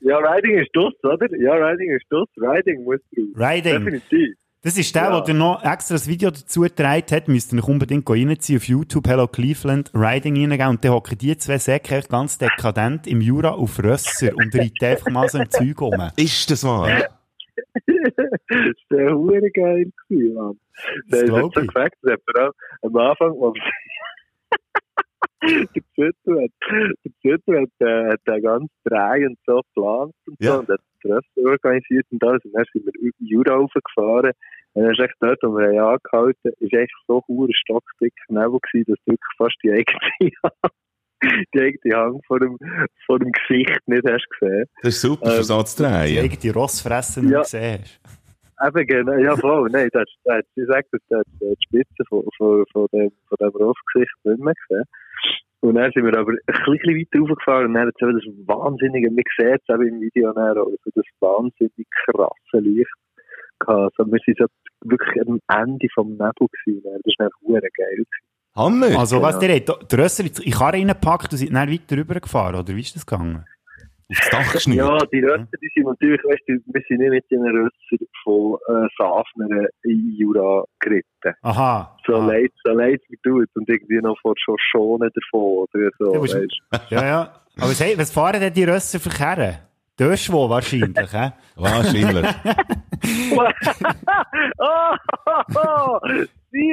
Speaker 12: Ja, Riding ist das, oder? Ja, Riding ist das. Riding muss drauf.
Speaker 5: Riding.
Speaker 12: Definitiv.
Speaker 5: Das ist der,
Speaker 12: Ja.
Speaker 5: wo der noch extra das Video dazu gedreht hat. Müsst ihr euch unbedingt reinziehen auf YouTube, Hello Cleveland, Riding reingehen. Und dann hocken die zwei Säcke echt ganz dekadent im Jura auf Rösser und reiten einfach mal so im Zeug rum.
Speaker 4: Ist das mal?
Speaker 12: das ist der hure geil gewesen, Mann. Der
Speaker 5: Das
Speaker 12: ist
Speaker 5: glaub
Speaker 12: so
Speaker 5: ich.
Speaker 12: gefragt, der hat vor allem am Anfang, wo der Zürtel hat, der Zürtel hat, äh, hat den ganzen Dreh und so geplant und
Speaker 4: Ja.
Speaker 12: so und hat Treffen organisiert und alles. Und dann sind wir über die Jura raufgefahren. Und dann ist echt dort, wo wir haben angehalten ist echt so hure stockdick Nebel gewesen, dass du wirklich fast die eigene Hand, die eigene Hand vor dem, vor dem Gesicht nicht hast gesehen.
Speaker 4: Das ist super, für so zu drehen.
Speaker 5: Die Rossfressen nicht
Speaker 12: Ja.
Speaker 5: gesehen hast.
Speaker 12: Eben, genau. Ja, voll. Nein, das, das, ich sage, das, das, die Spitze von, von, von dem, von dem Rossgesicht nicht mehr gesehen. Und dann sind wir aber ein bisschen weiter raufgefahren und dann hat es eben das wahnsinnige, man sieht es eben im Video näher, also das wahnsinnig krasse Licht gehabt. Also wir sind so wirklich am Ende vom Nebel gewesen. dann. Das ist dann verdammt geil.
Speaker 4: Hammer!
Speaker 5: Also, was
Speaker 12: Genau.
Speaker 5: ihr habt, die Rösser in die Karre reingepackt und seid dann weiter rübergefahren, oder wie ist das gegangen?
Speaker 4: Aufs Dach
Speaker 12: Ja, die Rösser, die sind natürlich, weißt du, wir sind nicht mit den Rössern von äh, Safner in Jura geritten.
Speaker 5: Aha. Ah.
Speaker 12: So leid, so leid es mir tut und irgendwie noch vor schon schonen davon oder so,
Speaker 5: Ja, was-
Speaker 12: weißt du.
Speaker 5: Ja, ja. Aber was, was fahren denn die Rösser für Kerren? Döschwo wahrscheinlich, hä?
Speaker 4: Wahrscheinlich.
Speaker 12: oh, oh, sieh,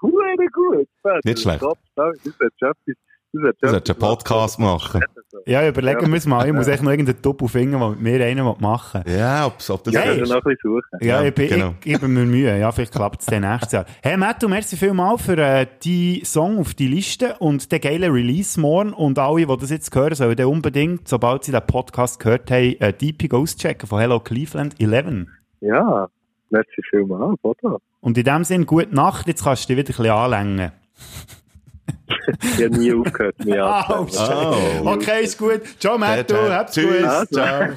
Speaker 12: hure gut.
Speaker 4: Nicht schlecht.
Speaker 12: Gott, dank, das hat schon etwas.
Speaker 4: Du solltest einen Podcast machen.
Speaker 5: Ja, überlegen wir es mal. Ich muss echt noch irgendeinen Doppel finden, der mit mir einen machen will.
Speaker 4: Ja, ob, ob das
Speaker 5: Ja,
Speaker 4: ist.
Speaker 12: genau.
Speaker 5: also noch ein
Speaker 12: bisschen
Speaker 5: Ja, ich, bin,
Speaker 4: genau.
Speaker 5: ich, ich bin mir Mühe. Ja, vielleicht klappt es dann nächstes Jahr. Hey, Mattu, merci vielmals für äh, deinen Song auf die Liste und den geilen Release morgen. Und alle, die das jetzt hören, sollen dann unbedingt, sobald sie den Podcast gehört haben, äh, DP auschecken von Hello Cleveland 11.
Speaker 12: Ja, merci vielmals, oder?
Speaker 5: Und in dem Sinn, gute Nacht. Jetzt kannst du dich wieder ein bisschen anlängen.
Speaker 12: Ich habe nie aufgehört, mich
Speaker 5: Oh,
Speaker 12: anzuhören.
Speaker 5: shit. Okay, ist gut. Ciao, Mattu.
Speaker 4: Ciao, ciao.
Speaker 5: Hab's
Speaker 4: Tschüss.
Speaker 5: gut.
Speaker 4: Ciao.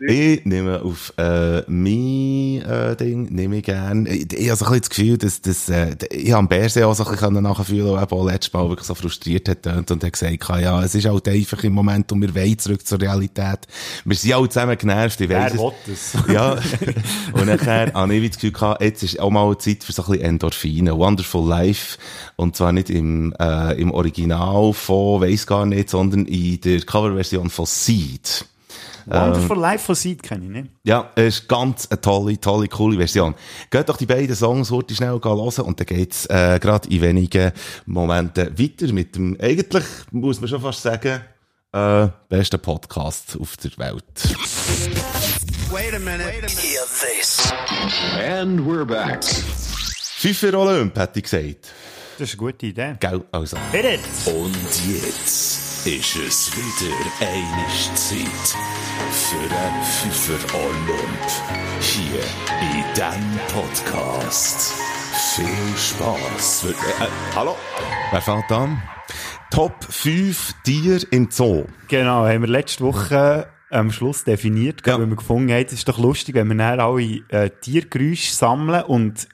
Speaker 4: Ich nehme auf äh, mein äh, Ding, nehme ich gerne. Ich, ich habe so ein bisschen das Gefühl, dass, dass äh, ich am Bärsee auch so ein bisschen nachfühlen konnte, der eben auch letztes Mal wirklich so frustriert hat getönt und hat gesagt, ja, es ist halt einfach im Moment und wir wollen zurück zur Realität. Wir sind alle zusammen genervt, ich weiss
Speaker 5: Wer will
Speaker 4: es. Ähm.
Speaker 5: das?
Speaker 4: Ja. und nachher habe ich wie das Gefühl gehabt, jetzt ist auch mal Zeit für so ein bisschen Endorphine. Wonderful Life. Und zwar nicht im, äh, im Original von, weiss gar nicht, sondern in der Coverversion von Seed.
Speaker 5: Wonderful Life von Seed kenne ich nicht.
Speaker 4: Ja, es ist ganz eine tolle, tolle, coole Version. Geht doch die beiden Songs heute schnell gehen hören und dann geht's äh, gerade in wenigen Momenten weiter mit dem, eigentlich muss man schon fast sagen, äh, besten Podcast auf der Welt.
Speaker 13: Wait a minute. Wait a minute. Hear this. And we're back.
Speaker 4: Fünfer Olymp, hätte ich gesagt.
Speaker 5: Das ist eine gute Idee.
Speaker 4: Gell, also.
Speaker 5: Hit it!
Speaker 14: Und jetzt ist es wieder eine Zeit für einen Fünfer Olymp. Hier in diesem Podcast. Viel Spaß. Äh, hallo?
Speaker 4: Wer fängt an? Top 5 Tier im Zoo.
Speaker 5: Genau, haben wir letzte Woche am Schluss definiert, ja. weil wir gefunden haben, es ist doch lustig, wenn wir dann alle äh, Tiergeräusche sammeln und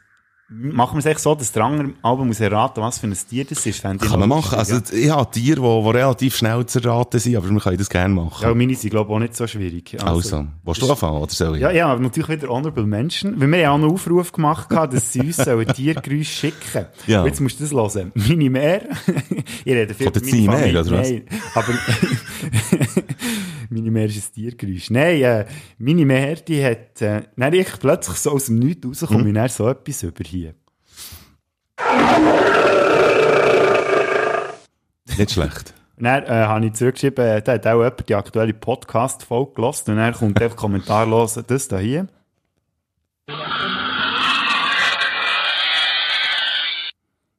Speaker 5: machen wir es echt so, dass der andere aber muss erraten, was für ein Tier das ist. Kann
Speaker 4: Kann man machen. Also, ich habe Tiere, die, die relativ schnell zu erraten sind, aber wir können das gerne machen.
Speaker 5: Ja, meine sind, glaube ich, auch nicht so schwierig.
Speaker 4: Also, willst du anfangen oder soll ich?
Speaker 5: Ja, ja, natürlich wieder Honorable Menschen. Weil wir haben auch einen Aufruf gemacht, gehabt, dass sie uns sollen Tiergeräusche schicken
Speaker 4: Ja.
Speaker 5: Und Jetzt musst du das hören. Meine Mär. ich rede viel
Speaker 4: Von der
Speaker 5: über meine
Speaker 4: Zieh Mär,
Speaker 5: Familie.
Speaker 4: oder was?
Speaker 5: Nein, aber meine Mär ist ein Tiergeräusch. Nein, äh, meine Mär, die hat... Äh, dann ich plötzlich so aus dem Nichts rauskomme
Speaker 4: Mhm.
Speaker 5: und dann so etwas über hier.
Speaker 4: Nicht schlecht.
Speaker 5: Und dann äh, habe ich zurückgeschrieben, äh, da hat auch jemand die aktuelle Podcast-Folge gelesen und dann kommt einfach kommentarlos das da hier.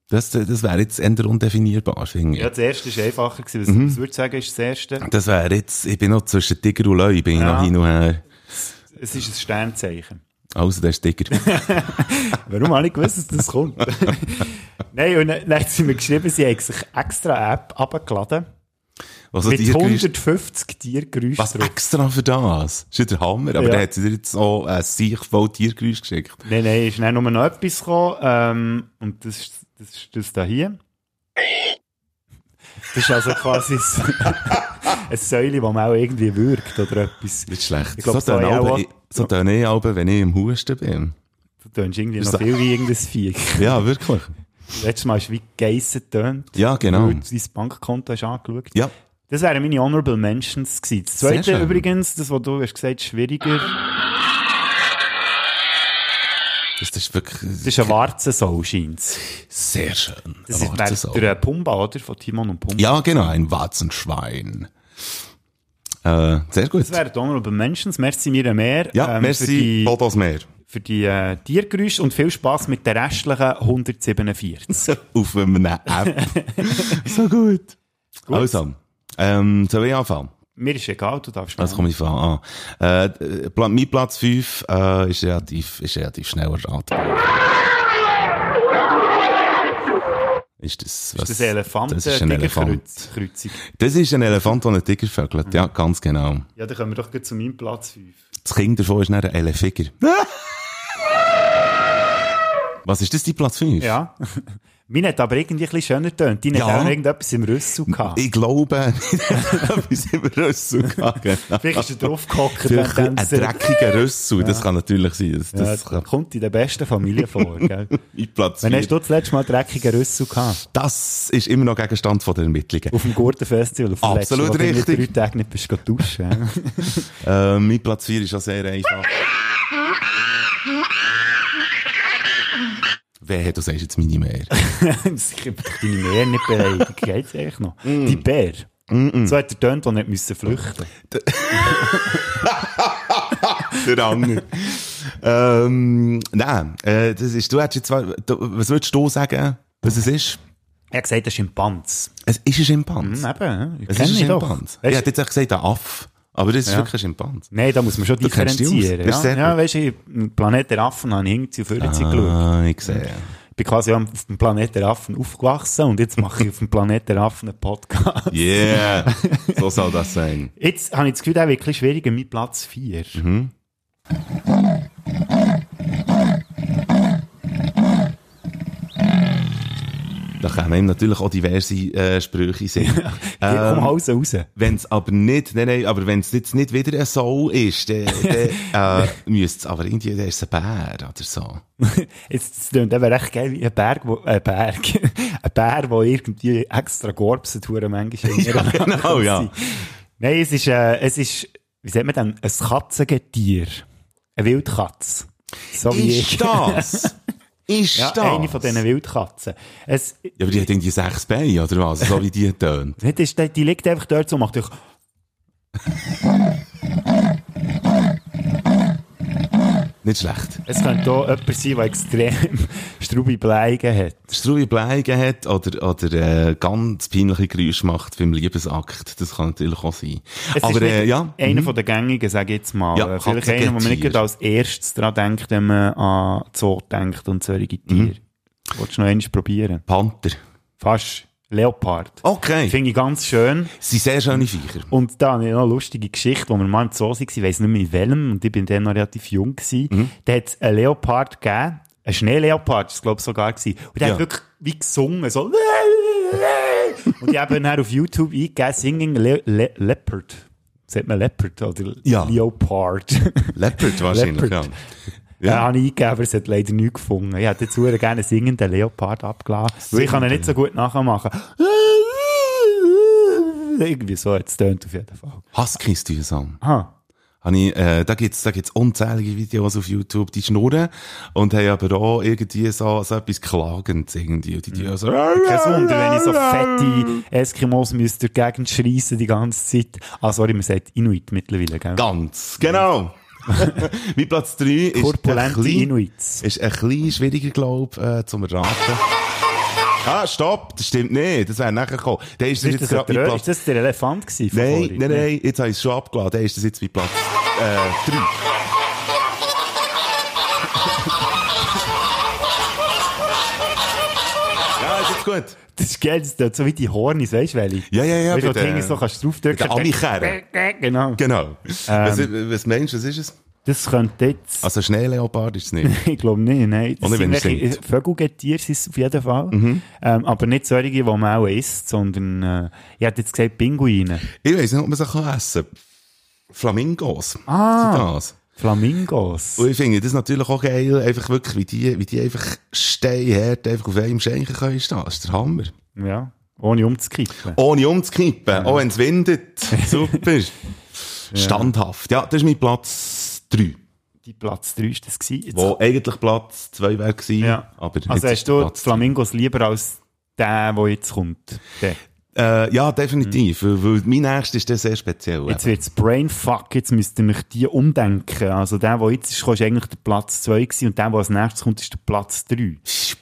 Speaker 4: Das, das wäre jetzt eher undefinierbar, finde ich.
Speaker 5: Ja, das erste ist einfacher gewesen. Was,
Speaker 4: Mhm.
Speaker 5: was würdest du sagen, ist das erste?
Speaker 4: Das wäre jetzt, ich bin noch zwischen Tiger und Löwe, bin ich
Speaker 5: Ja.
Speaker 4: noch hin und her.
Speaker 5: Es ist ein Sternzeichen.
Speaker 4: Also, der ist Tiger.
Speaker 5: Warum habe ich gewusst, dass das kommt? Nein, und dann, dann sind wir geschrieben, sie haben sich extra eine App abgeladen.
Speaker 4: Also
Speaker 5: mit
Speaker 4: Tiergeräusche-
Speaker 5: 150 Tiergeräuschen.
Speaker 4: Was extra für das? Ist ja der Hammer, aber
Speaker 5: Ja.
Speaker 4: der hat sie dir jetzt so ein äh, sich voll Tiergeräusch geschickt.
Speaker 5: Nein, nein, ist dann nur noch etwas gekommen. Ähm, und das ist das, ist das da hier. Das ist also quasi ein, ein Säule, das mal auch irgendwie wirkt oder etwas.
Speaker 4: Nicht schlecht.
Speaker 5: Ich glaube,
Speaker 4: so
Speaker 5: so
Speaker 4: töne
Speaker 5: auch,
Speaker 4: ich, so töne ich aber, wenn ich im Husten bin.
Speaker 5: du tönst irgendwie
Speaker 4: Ist
Speaker 5: noch
Speaker 4: so-
Speaker 5: viel wie irgendein Viech.
Speaker 4: Ja, wirklich.
Speaker 5: Letztes Mal ist wie Geissen tönt.
Speaker 4: Ja, genau.
Speaker 5: Weil du dein Bankkonto hast angeschaut.
Speaker 4: Ja.
Speaker 5: Das wären meine Honorable Mentions gewesen. Das
Speaker 4: Sehr
Speaker 5: zweite
Speaker 4: schön.
Speaker 5: übrigens, das, was du hast gesagt hast, schwieriger.
Speaker 4: Das ist wirklich... Das
Speaker 5: ist ein Warzensau, scheint
Speaker 4: Sehr schön.
Speaker 5: Das
Speaker 4: Ein
Speaker 5: ist
Speaker 4: Warzensau.
Speaker 5: der, der äh, Pumba, oder? Von Timon und Pumba.
Speaker 4: Ja, genau, ein Warzenschwein. Äh, sehr gut.
Speaker 5: Das wären die Honorable Mentions. Merci mir mehr. ähm,
Speaker 4: Ja, merci,
Speaker 5: Für die,
Speaker 4: Bodos mehr.
Speaker 5: Für die äh, Tiergeräusche und viel Spass mit den restlichen 147.
Speaker 4: Auf einer App. so gut.
Speaker 5: Gut.
Speaker 4: Also, ähm, soll ich anfangen?
Speaker 5: Mir ist egal, du darfst
Speaker 4: Das komme ich von an. Äh, äh, Pla- mein Platz 5 äh, ist, relativ, ist relativ schnell erratbar. Ist das, was?
Speaker 5: Das ist ein Elefant,
Speaker 4: Das ist ein
Speaker 5: äh,
Speaker 4: Elefant.
Speaker 5: Tigerkreuz- Kreuzung.
Speaker 4: Das ist ein Elefant, der einen Tiger vögelt. Ja, ganz genau.
Speaker 5: Ja, dann kommen wir doch gleich zu meinem Platz 5.
Speaker 4: Das Kind davon ist dann ein Elefiger. Was ist das, die Platz 5?
Speaker 5: Ja. Meine hat aber irgendwie ein bisschen schöner tönt. Deine
Speaker 4: Ja.
Speaker 5: hat auch irgendetwas im Rüssel gehabt.
Speaker 4: Ich glaube, wir sind im Rüssel gegangen.
Speaker 5: Vielleicht ist er draufgehockt,
Speaker 4: Vielleicht
Speaker 5: dann
Speaker 4: ein
Speaker 5: denkt er-
Speaker 4: dreckiger Rüssel, das
Speaker 5: Ja.
Speaker 4: kann natürlich sein. Das,
Speaker 5: Ja,
Speaker 4: das
Speaker 5: das Äh, kommt in der besten Familie vor. Gell?
Speaker 4: Mein Platz
Speaker 5: Wann
Speaker 4: vier.
Speaker 5: hast du das letzte Mal dreckigen Rüssel gehabt?
Speaker 4: Das ist immer noch Gegenstand von der Ermittlungen.
Speaker 5: Auf dem Gurtenfestival, auf dem
Speaker 4: Absolut
Speaker 5: letzten, wo du
Speaker 4: richtig.
Speaker 5: mit drei Tagen nicht bist gegangen duschen. hä?
Speaker 4: Äh, mein Platz 4 ist auch sehr einfach. Wer du sagst jetzt meine Mehr?
Speaker 5: Ich hab doch deine Mehr nicht beleidigt. Geht's eigentlich noch?
Speaker 4: Mm.
Speaker 5: Die Bär. So hat er tönt, der nicht müssen flüchten
Speaker 4: Der andere. ähm, nein, äh, das ist, du hättest jetzt, zwar- du, was würdest du sagen, was es ist?
Speaker 5: Er hat gesagt, ein Schimpans.
Speaker 4: Es ist ein Schimpans.
Speaker 5: Mhm, eben, ich
Speaker 4: es
Speaker 5: kenn
Speaker 4: ist ein
Speaker 5: ihn doch.
Speaker 4: Schimpans.
Speaker 5: Weißt-
Speaker 4: Ich hätte jetzt auch gesagt, ein Affe. Aber das ist
Speaker 5: Ja.
Speaker 4: wirklich ein Schimpans.
Speaker 5: Nein, da muss man schon
Speaker 4: Du kennst dich aus.
Speaker 5: differenzieren.
Speaker 4: Das ist
Speaker 5: Ja,
Speaker 4: sehr
Speaker 5: ja
Speaker 4: gut.
Speaker 5: weißt du, im Planet der Affen habe ich hinten zu Fürze geschaut.
Speaker 4: Ah, ich sehe.
Speaker 5: Ich bin quasi am- auf dem Planet der Affen aufgewachsen und jetzt mache ich auf dem Planet der Affen einen Podcast.
Speaker 4: Yeah, so soll das sein.
Speaker 5: Jetzt habe ich das Gefühl, der wirklich schwierig mit Platz Äh, 4.
Speaker 4: Mhm. Da kommen ihm natürlich auch diverse äh, Sprüche sehen.
Speaker 5: kommen
Speaker 4: Ähm.
Speaker 5: alles raus.
Speaker 4: Wenn es aber nicht, nein, nein, aber wenn es jetzt nicht wieder ein Soul ist, dann, dann äh, müsste es aber irgendwie, der ist ein Bär oder so.
Speaker 5: Jetzt das klingt eben recht geil wie ein Berg, wo, ein Berg, ein Bär, der irgendwie extra gorbset, hure manchmal.
Speaker 4: Ja, genau, ja.
Speaker 5: Nein, es ist, äh, es ist wie sagt man denn, ein Katzengetier. Eine Wildkatze. So wie
Speaker 4: Ist
Speaker 5: ich.
Speaker 4: das? Ist
Speaker 5: ja,
Speaker 4: das?
Speaker 5: eine von diesen Wildkatzen. Es,
Speaker 4: Ja, aber die hat irgendwie sechs Beine, oder was? So wie die tönt.
Speaker 5: nicht, ist, die, die liegt einfach dort so und macht euch...
Speaker 4: Nicht schlecht.
Speaker 5: Es könnte hier jemand sein, der extrem strube Bleigen hat.
Speaker 4: Strube Bleigen hat oder, oder äh, ganz peinliche Geräusche macht beim Liebesakt. Das kann natürlich auch sein.
Speaker 5: Es
Speaker 4: aber
Speaker 5: ist
Speaker 4: äh,
Speaker 5: nicht
Speaker 4: ja.
Speaker 5: einer
Speaker 4: mhm.
Speaker 5: von den gängigen, sage ich jetzt mal. Äh,
Speaker 4: Ja,
Speaker 5: Vielleicht einer, wo man nicht
Speaker 4: Katzengetier.
Speaker 5: gerade als erstes dran denkt, wenn man an Zoo denkt und solche
Speaker 4: Mhm.
Speaker 5: Tiere. Wolltest du noch eins probieren?
Speaker 4: Panther.
Speaker 5: Fast. Leopard.
Speaker 4: Okay.
Speaker 5: Finde ich ganz schön.
Speaker 4: Sie sehr schöne Viecher.
Speaker 5: Und da habe ich noch eine lustige Geschichte, wo wir mal im Zoo waren, ich weiss nicht mehr in welchem, und ich bin dann noch relativ jung gewesen. Da hat es einen Leopard gegeben, einen Schneeleopard, das glaube ich sogar gewesen. Und der
Speaker 15: Ja.
Speaker 5: hat wirklich wie gesungen, so. und ich habe dann auf YouTube eingegeben, Singing Le Le Leopard. Sagt man Leopard oder
Speaker 4: Ja.
Speaker 5: Leopard?
Speaker 4: Leopard wahrscheinlich,
Speaker 5: Leopard.
Speaker 4: ja.
Speaker 5: Ja. habe ich eingegeben, aber es hat leider nichts gefunden. Ich hätte dazu gerne einen singenden Leopard abgeladen, weil ich kann ihn nicht so gut nachmachen. Irgendwie so hat es tönt auf jeden Fall.
Speaker 4: Huskies tun es an.
Speaker 5: Ah.
Speaker 4: Habe ich, äh, da gibt's da gibt's unzählige Videos auf YouTube, die schnurren und haben aber auch irgendwie so, so etwas Klagendes irgendwie. Und Die, die so,
Speaker 5: Kein Wunder, wenn ich so fette Eskimos müsste durch die Gegend schreissen die ganze Zeit. Ah, sorry, man sagt Inuit mittlerweile, gell?
Speaker 4: Ganz, genau. Mein Platz 3 ist
Speaker 5: Korpulente
Speaker 4: ein klein-
Speaker 5: Inuits.
Speaker 4: Ist ein bisschen schwieriger, glaube ich, äh, zum Erraten. Ah, stopp, das stimmt nicht. Das wäre nachher gekommen. Der ist,
Speaker 5: Ist
Speaker 4: jetzt
Speaker 5: das, ein
Speaker 4: gerade mein
Speaker 5: Drö-
Speaker 4: Platz
Speaker 5: ist das der Elefant gewesen? von
Speaker 4: Nein,
Speaker 5: vorhin?
Speaker 4: nein, nein, jetzt habe ich es schon abgeladen. Dann ist das jetzt bei Platz 3. ja, ist jetzt gut.
Speaker 5: Das ist geil, das tönt so wie die Hornis, weißt du, welche?
Speaker 4: Ja, ja, ja.
Speaker 5: Weißt du, wo
Speaker 4: bei
Speaker 5: du
Speaker 4: den-
Speaker 5: hinten so kannst
Speaker 4: bei
Speaker 5: draufdrücken.
Speaker 4: den Amikären.
Speaker 5: Genau.
Speaker 4: Genau. was, was meinst du, was ist es?
Speaker 5: Das könnte jetzt...
Speaker 4: Also Schneeleopard ist es nicht.
Speaker 5: ich glaube nicht, nein. Das
Speaker 4: Ohne wenn Mhm.
Speaker 5: sind
Speaker 4: es
Speaker 5: welche-
Speaker 4: singt.
Speaker 5: Vögelgetier sind es auf jeden Fall. Ähm, aber nicht solche, die man auch isst, sondern, äh, ich hätte jetzt gesagt Pinguine.
Speaker 4: Ich weiß nicht, ob man sie kann essen kann. eh, Flamingos.
Speaker 5: Ah.
Speaker 4: Sind das.
Speaker 5: Flamingos.
Speaker 4: Und ich finde das natürlich auch geil, einfach wirklich, wie die, wie die einfach steinhart einfach auf einem Schenken können stehen. Das ist der Hammer.
Speaker 5: Ja. Ohne umzukippen.
Speaker 4: Ohne umzukippen, auch wenn es windet. Super. Standhaft. Ja, das ist mein Platz 3.
Speaker 5: Die Platz 3 ist das gewesen. Jetzt-
Speaker 4: Wo eigentlich Platz 2 wäre gewesen.
Speaker 5: Ja.
Speaker 4: Aber jetzt
Speaker 5: also
Speaker 4: ist
Speaker 5: hast du
Speaker 4: Platz-
Speaker 5: Flamingos lieber als der, der jetzt kommt? Der.
Speaker 4: Äh, ja, definitiv. Weil, weil mein nächster ist der sehr speziell.
Speaker 5: Jetzt wird's Brainfuck, jetzt müsst ihr mich die umdenken. Also der, der jetzt ist, kam, ist eigentlich der Platz 2 gewesen und der, der als nächstes kommt, ist der Platz 3.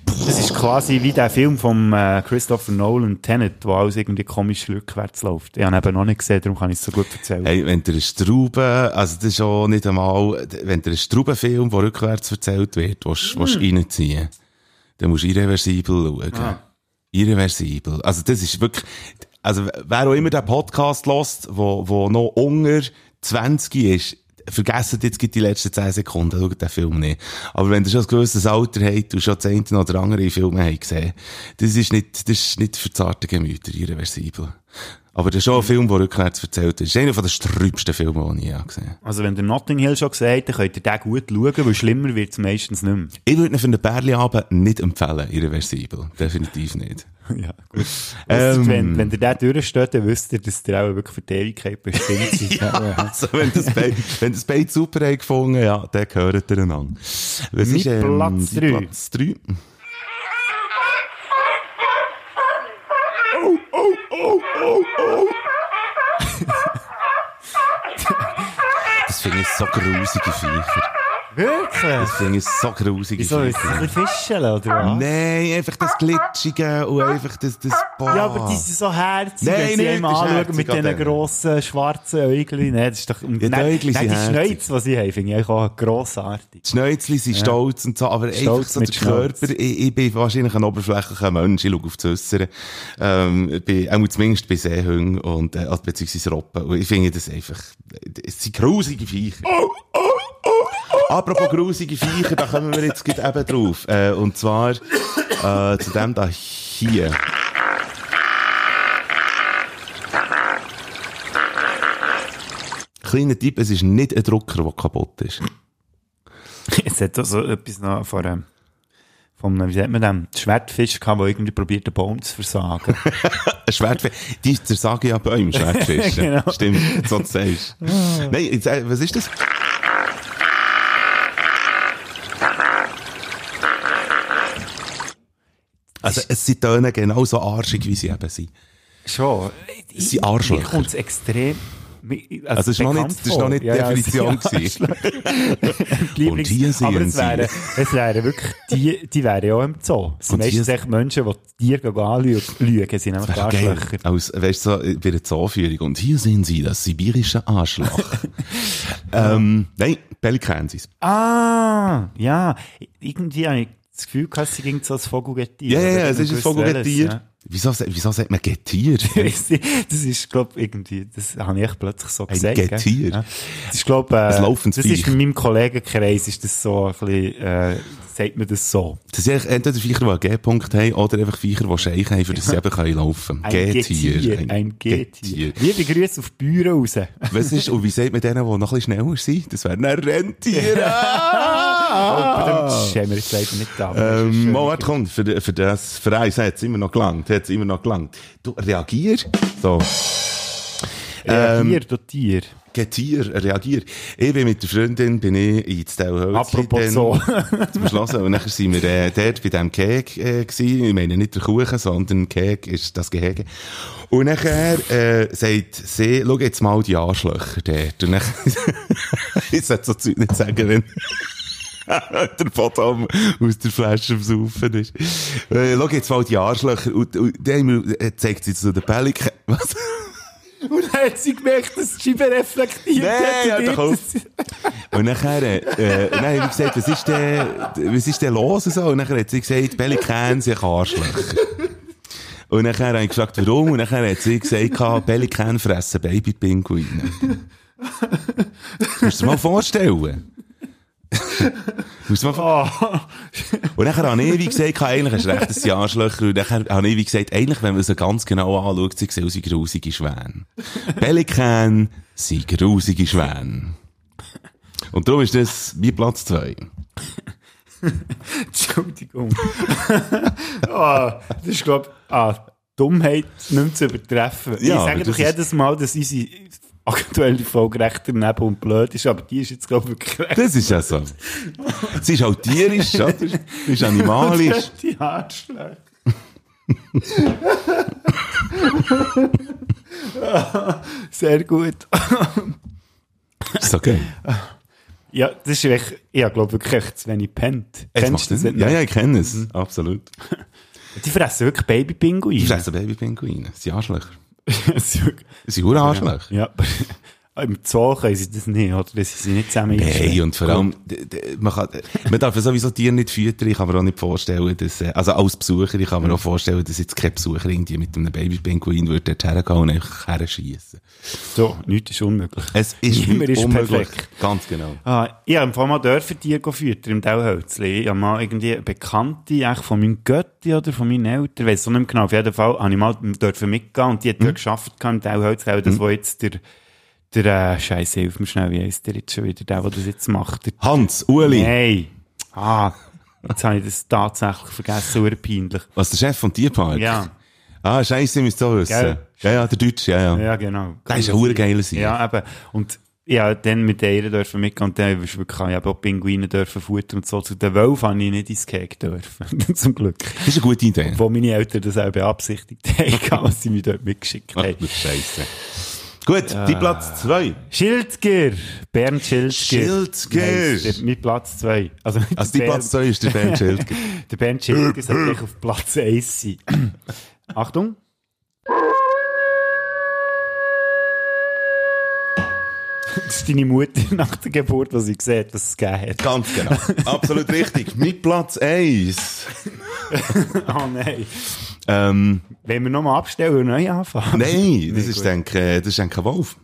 Speaker 5: Das ist quasi wie der Film von äh, Christopher Nolan, Tenet, wo alles irgendwie komisch rückwärts läuft. Ich habe ihn eben noch nicht gesehen, darum kann ich es so gut erzählen.
Speaker 4: Hey, wenn der Strauben, also das ist auch nicht einmal, wenn der Straubenfilm, der rückwärts erzählt wird, willst du
Speaker 5: Hm.
Speaker 4: reinziehen, dann musst du irreversibel schauen.
Speaker 5: Ah.
Speaker 4: Irreversibel. Also das ist wirklich, also wer auch immer den Podcast lost, wo, wo noch unter 20 ist, vergesst jetzt gerade die letzten 10 Sekunden, schaut den Film nicht. Aber wenn ihr schon ein gewisses Alter habt und schon das eine oder andere Filme habt gesehen, das ist nicht, das ist nicht für zarte Gemüter, irreversibel. Aber das ist schon ein Film, der rückwärts erzählt ist. Das ist einer der strübsten Filme, die ich je gesehen habe.
Speaker 5: Also wenn ihr Notting Hill schon gesehen habt, dann könnt ihr den gut schauen, weil schlimmer wird's meistens nicht mehr.
Speaker 4: Ich würde ihn für einen Bärli-Abend nicht empfehlen, irreversibel. Definitiv nicht.
Speaker 5: ja, gut.
Speaker 4: Ähm.
Speaker 5: wenn, wenn ihr den durchsteht, dann wisst ihr, dass ihr auch wirklich für die Ewigkeit bestimmt seid. ja.
Speaker 4: Also, wenn das Beide, wenn das Beide super haben gefunden, ja, dann gehört ihr einander. Was ähm,
Speaker 5: Mein Platz
Speaker 4: die
Speaker 5: drei.
Speaker 4: Platz 3.
Speaker 5: Oh,
Speaker 4: Das finde ich so grusige Viecher.
Speaker 5: Wirklich?
Speaker 4: Das finde ich so grusige
Speaker 5: Wieso, ist das ein
Speaker 4: Viecher.
Speaker 5: bisschen Fischeln, oder was?
Speaker 4: Nein, einfach das Glitschige und einfach das, das Boah.
Speaker 5: Ja, aber die sind so herzig,
Speaker 4: Nein,
Speaker 5: wenn
Speaker 4: nicht,
Speaker 5: sie einmal
Speaker 4: das ist
Speaker 5: anschauen
Speaker 4: herzig
Speaker 5: mit
Speaker 4: an
Speaker 5: diesen
Speaker 4: denen.
Speaker 5: grossen schwarzen Äugeln. Nein, das ist doch...
Speaker 4: die
Speaker 5: nein,
Speaker 4: Äugle sind
Speaker 5: nein, die
Speaker 4: herzig.
Speaker 5: Schnäuze, die sie haben, finde ich eigentlich auch grossartig.
Speaker 4: Die Schnäuzli sind
Speaker 5: Ja.
Speaker 4: stolz und so, aber einfach
Speaker 5: Stolz
Speaker 4: so
Speaker 5: mit
Speaker 4: der Körper, ich, ich bin wahrscheinlich ein oberflächlicher Mensch, ich schaue auf das Äussere, ähm, bei, auch zumindest bei Seehungen und, äh, also beziehungsweise Robben. Und ich finde das einfach, es sind grusige Viecher.
Speaker 5: Oh,
Speaker 4: Apropos grusige Viecher, da kommen wir jetzt gerade eben drauf. Äh, und zwar, äh, zu dem da hier. Kleiner Tipp, es ist nicht ein Drucker, der kaputt ist. ähm,
Speaker 5: Es hat auch so etwas noch von, einer, vom, wie sagt man dem, Schwertfisch gehabt, der irgendwie probiert, den Baum zu versagen.
Speaker 4: Ein Schwertfisch. Die zersagen ja Bäume, Schwertfische.
Speaker 5: Genau. Ah.
Speaker 4: Stimmt, so du sagst. Nein, jetzt, äh, was ist das? Also, es sind Töne genauso arschig, wie sie eben sind.
Speaker 5: Schon.
Speaker 4: Es sind Arschlöcher.
Speaker 5: Mir kommt's extrem. mir-
Speaker 4: Also, es ist noch
Speaker 5: bekannt
Speaker 4: nicht- das ist noch
Speaker 5: vor.
Speaker 4: nicht die Definition
Speaker 5: es sind
Speaker 4: gewesen.
Speaker 5: Arschlöcher.
Speaker 4: Und hier sind
Speaker 5: Aber es
Speaker 4: sie.
Speaker 5: wären, es wären wirklich, die, die wären ja auch im Zoo. Es sind
Speaker 4: Und hier
Speaker 5: meistens echt Menschen, die Tiere anschauen, lügen, sind nämlich
Speaker 4: Wär doch geil.
Speaker 5: Arschlöcher.
Speaker 4: Als, weißt du, so, äh, bei der Zooführung. Und hier sehen Sie das sibirische Arschloch. ähm, nein, Pelikansis.
Speaker 5: Ah, ja. Irgendwie habe ich das Gefühl gehabt, sie ging so als Vogelgetier.
Speaker 4: Ja, ja,
Speaker 5: Aber
Speaker 4: ja,
Speaker 5: ich
Speaker 4: es ist ein
Speaker 5: wusste welches,
Speaker 4: Vogelgetier.
Speaker 5: ja.
Speaker 4: Wieso, se- wieso sagt man Getier?
Speaker 5: das ist, glaube ich, irgendwie, das habe ich echt plötzlich so
Speaker 4: Ein
Speaker 5: gesagt. gell?
Speaker 4: Getier.
Speaker 5: Ja. Das ist, glaube äh,
Speaker 4: Ein laufendes
Speaker 5: Das ist
Speaker 4: Viech.
Speaker 5: in meinem Kollegenkreis, ist das so ein bisschen, äh, sagt man das so.
Speaker 4: Das sind eigentlich entweder Viecher, die einen G-Punkt haben, oder einfach Viecher, die Scheichen haben, für das sie eben können laufen
Speaker 5: Ein
Speaker 4: können.
Speaker 5: Getier,
Speaker 4: Getier.
Speaker 5: ein Getier. Liebe Grüße auf die Bühne raus.
Speaker 4: Ah. Was ist, und wie sagt man denen, die noch ein bisschen schneller sind? Das wären dann Rentiere.
Speaker 5: Ah! Oh, das haben wir jetzt leider nicht da. aber das ist
Speaker 4: Ähm,
Speaker 5: schön.
Speaker 4: Moment, komm, für, de- für das, für eins hat es immer noch gelangt, hat es immer noch gelangt. Du, reagier. So. Ehm,
Speaker 5: Reagier, du Tier.
Speaker 4: Getier, äh, reagier. Ich bin mit der Freundin, bin ich in Stellhölzli.
Speaker 5: Apropos
Speaker 4: dann-
Speaker 5: so.
Speaker 4: Jetzt musst du hören. Und nachher sind wir äh, dort bei diesem Cake äh, gewesen. Ich meine nicht der Kuchen, sondern Cake ist das Gehege. Und nachher äh, sagt sie, schau jetzt mal die Arschlöcher dort. Und nachher, ich sollte so Zeug nicht sagen, wenn der Potom aus der Flasche am Saufen ist. Äh, schau jetzt mal die Arschlöcher. Und, und dann äh, zeigt sie zu den Pelikan. Was?
Speaker 5: Und dann hat sie gemerkt, dass die Scheibe reflektiert
Speaker 4: Nein,
Speaker 5: hat.
Speaker 4: hör doch auf. Und nachher, äh, äh, dann habe ich gesagt, was ist denn, was ist denn los und so? Und nachher hat sie gesagt, Pelikans sind Arschlöcher. Und nachher habe ich gefragt, warum? Und nachher hat sie gesagt, Pelikan fressen Babypinguine. Musst du dir mal vorstellen. Musst du dir mal
Speaker 5: vor
Speaker 4: Und nachher habe ich wie gesagt, eigentlich hast du recht, das sind Arschlöcher. Und nachher habe ich wie gesagt, eigentlich, wenn man sie ganz genau anschaut, sie sehen aus wie grusige Schwäne. Pelikan sind grusige Schwäne. Und darum ist das wie Platz zwei.
Speaker 5: Entschuldigung. Ah, das ist, glaube ich, ah, Dummheit nicht mehr zu übertreffen.
Speaker 4: Ja, dus
Speaker 5: ich
Speaker 4: aber
Speaker 5: sage doch
Speaker 4: das ist-
Speaker 5: jedes dus Mal, dass unsere aktuelle Folge recht daneben und blöd ist, aber die ist jetzt, glaube ich, wirklich recht.
Speaker 4: Das ist ja so. Sie ist halt tierisch, oder? Sie ist animalisch.
Speaker 5: Die Arschlöcher. Ah, Sehr gut.
Speaker 4: Ist okay.
Speaker 5: Ja, das ist echt, ich habe, glaube wirklich echt zu wenig pennt.
Speaker 4: Es macht
Speaker 5: du das
Speaker 4: Sinn.
Speaker 5: nicht? Mhm.
Speaker 4: Ja, ja, ich kenne es. Absolut.
Speaker 5: Die fressen wirklich Babypinguine.
Speaker 4: Die fressen Babypinguine. Sie sind Arschlöcher.
Speaker 5: Sie
Speaker 4: sind hure Arschlöcher.
Speaker 5: Ja, aber im Zoo können sie das nicht, oder? Das sind sie nicht zusammen
Speaker 4: Hey,
Speaker 5: eingeschränkt.
Speaker 4: und vor allem, d- d- man, kann, man darf ja sowieso Tiere nicht füttern. Ich kann mir auch nicht vorstellen, dass, äh, also als Besucher, ich kann mir auch vorstellen, dass jetzt kein Besucher irgendwie mit einem Babypinguin würde dort hergehen und einfach herschiessen.
Speaker 5: So, nichts ist unmöglich.
Speaker 4: Es ist
Speaker 5: Niemand
Speaker 4: nicht
Speaker 5: ist
Speaker 4: unmöglich.
Speaker 5: perfekt.
Speaker 4: Ganz genau.
Speaker 5: Ah, ich habe vor mal Dörfertier gefüttert im Dellhölzli. Ich habe mal irgendwie eine Bekannte eigentlich von meinem Götti oder von meinen Eltern, weiß auch nicht mehr genau, auf jeden Fall habe ich mal dürfen mitgehen und die hat
Speaker 4: Hm.
Speaker 5: dort geschafft im Dellhölzli, auch das, wo jetzt der, der äh, Scheiße, hilf mir schnell, wie heisst der jetzt schon wieder, der, der das jetzt macht? Der
Speaker 4: Hans, Ueli.
Speaker 5: Nein. Ah, jetzt habe ich das tatsächlich vergessen, sehr peinlich.
Speaker 4: Was, der Chef vom Tierpark?
Speaker 5: Ja.
Speaker 4: Ah, scheisse, müsst ihr auch wissen.
Speaker 5: Gell?
Speaker 4: Ja, ja, der Deutsche, ja, ja.
Speaker 5: Ja, genau.
Speaker 4: Das ist ein hure geiler Sieg.
Speaker 5: Ja, eben. Und ja, dann mit der dürfen mitgehen und dann ist wirklich, ich habe auch Pinguine dürfen futtern und so. Zu den Wolf habe ich nicht ins Cake dürfen. Zum Glück. Das
Speaker 4: ist eine gute Idee.
Speaker 5: Wo meine Eltern das auch beabsichtigt haben, was sie mir dort mitgeschickt haben.
Speaker 4: Ach, du Scheisse. Gut, die
Speaker 5: Ah.
Speaker 4: Platz 2.
Speaker 5: Schildger. Bernd Schildger.
Speaker 4: Schildger.
Speaker 5: Nein, der- Mit Platz 2. Also, mit
Speaker 4: Also
Speaker 5: der
Speaker 4: die
Speaker 5: Bernd-
Speaker 4: Platz zwei ist der Bernd Schildger.
Speaker 5: der Bernd Schildger sollte halt gleich auf Platz 1 sein. Achtung. Das ist deine Mutter nach der Geburt, was sie sieht, was es gegeben hat.
Speaker 4: Ganz genau. Absolut richtig. Mit Platz 1.
Speaker 5: oh nein.
Speaker 4: Ähm,
Speaker 5: Wenn wir nochmal abstellen und neu anfangen.
Speaker 4: Nein, das
Speaker 5: Ehm, dus- Nee,
Speaker 4: ist,
Speaker 5: gut.
Speaker 4: denke, ich, das ist, denke ich, ein Wolf.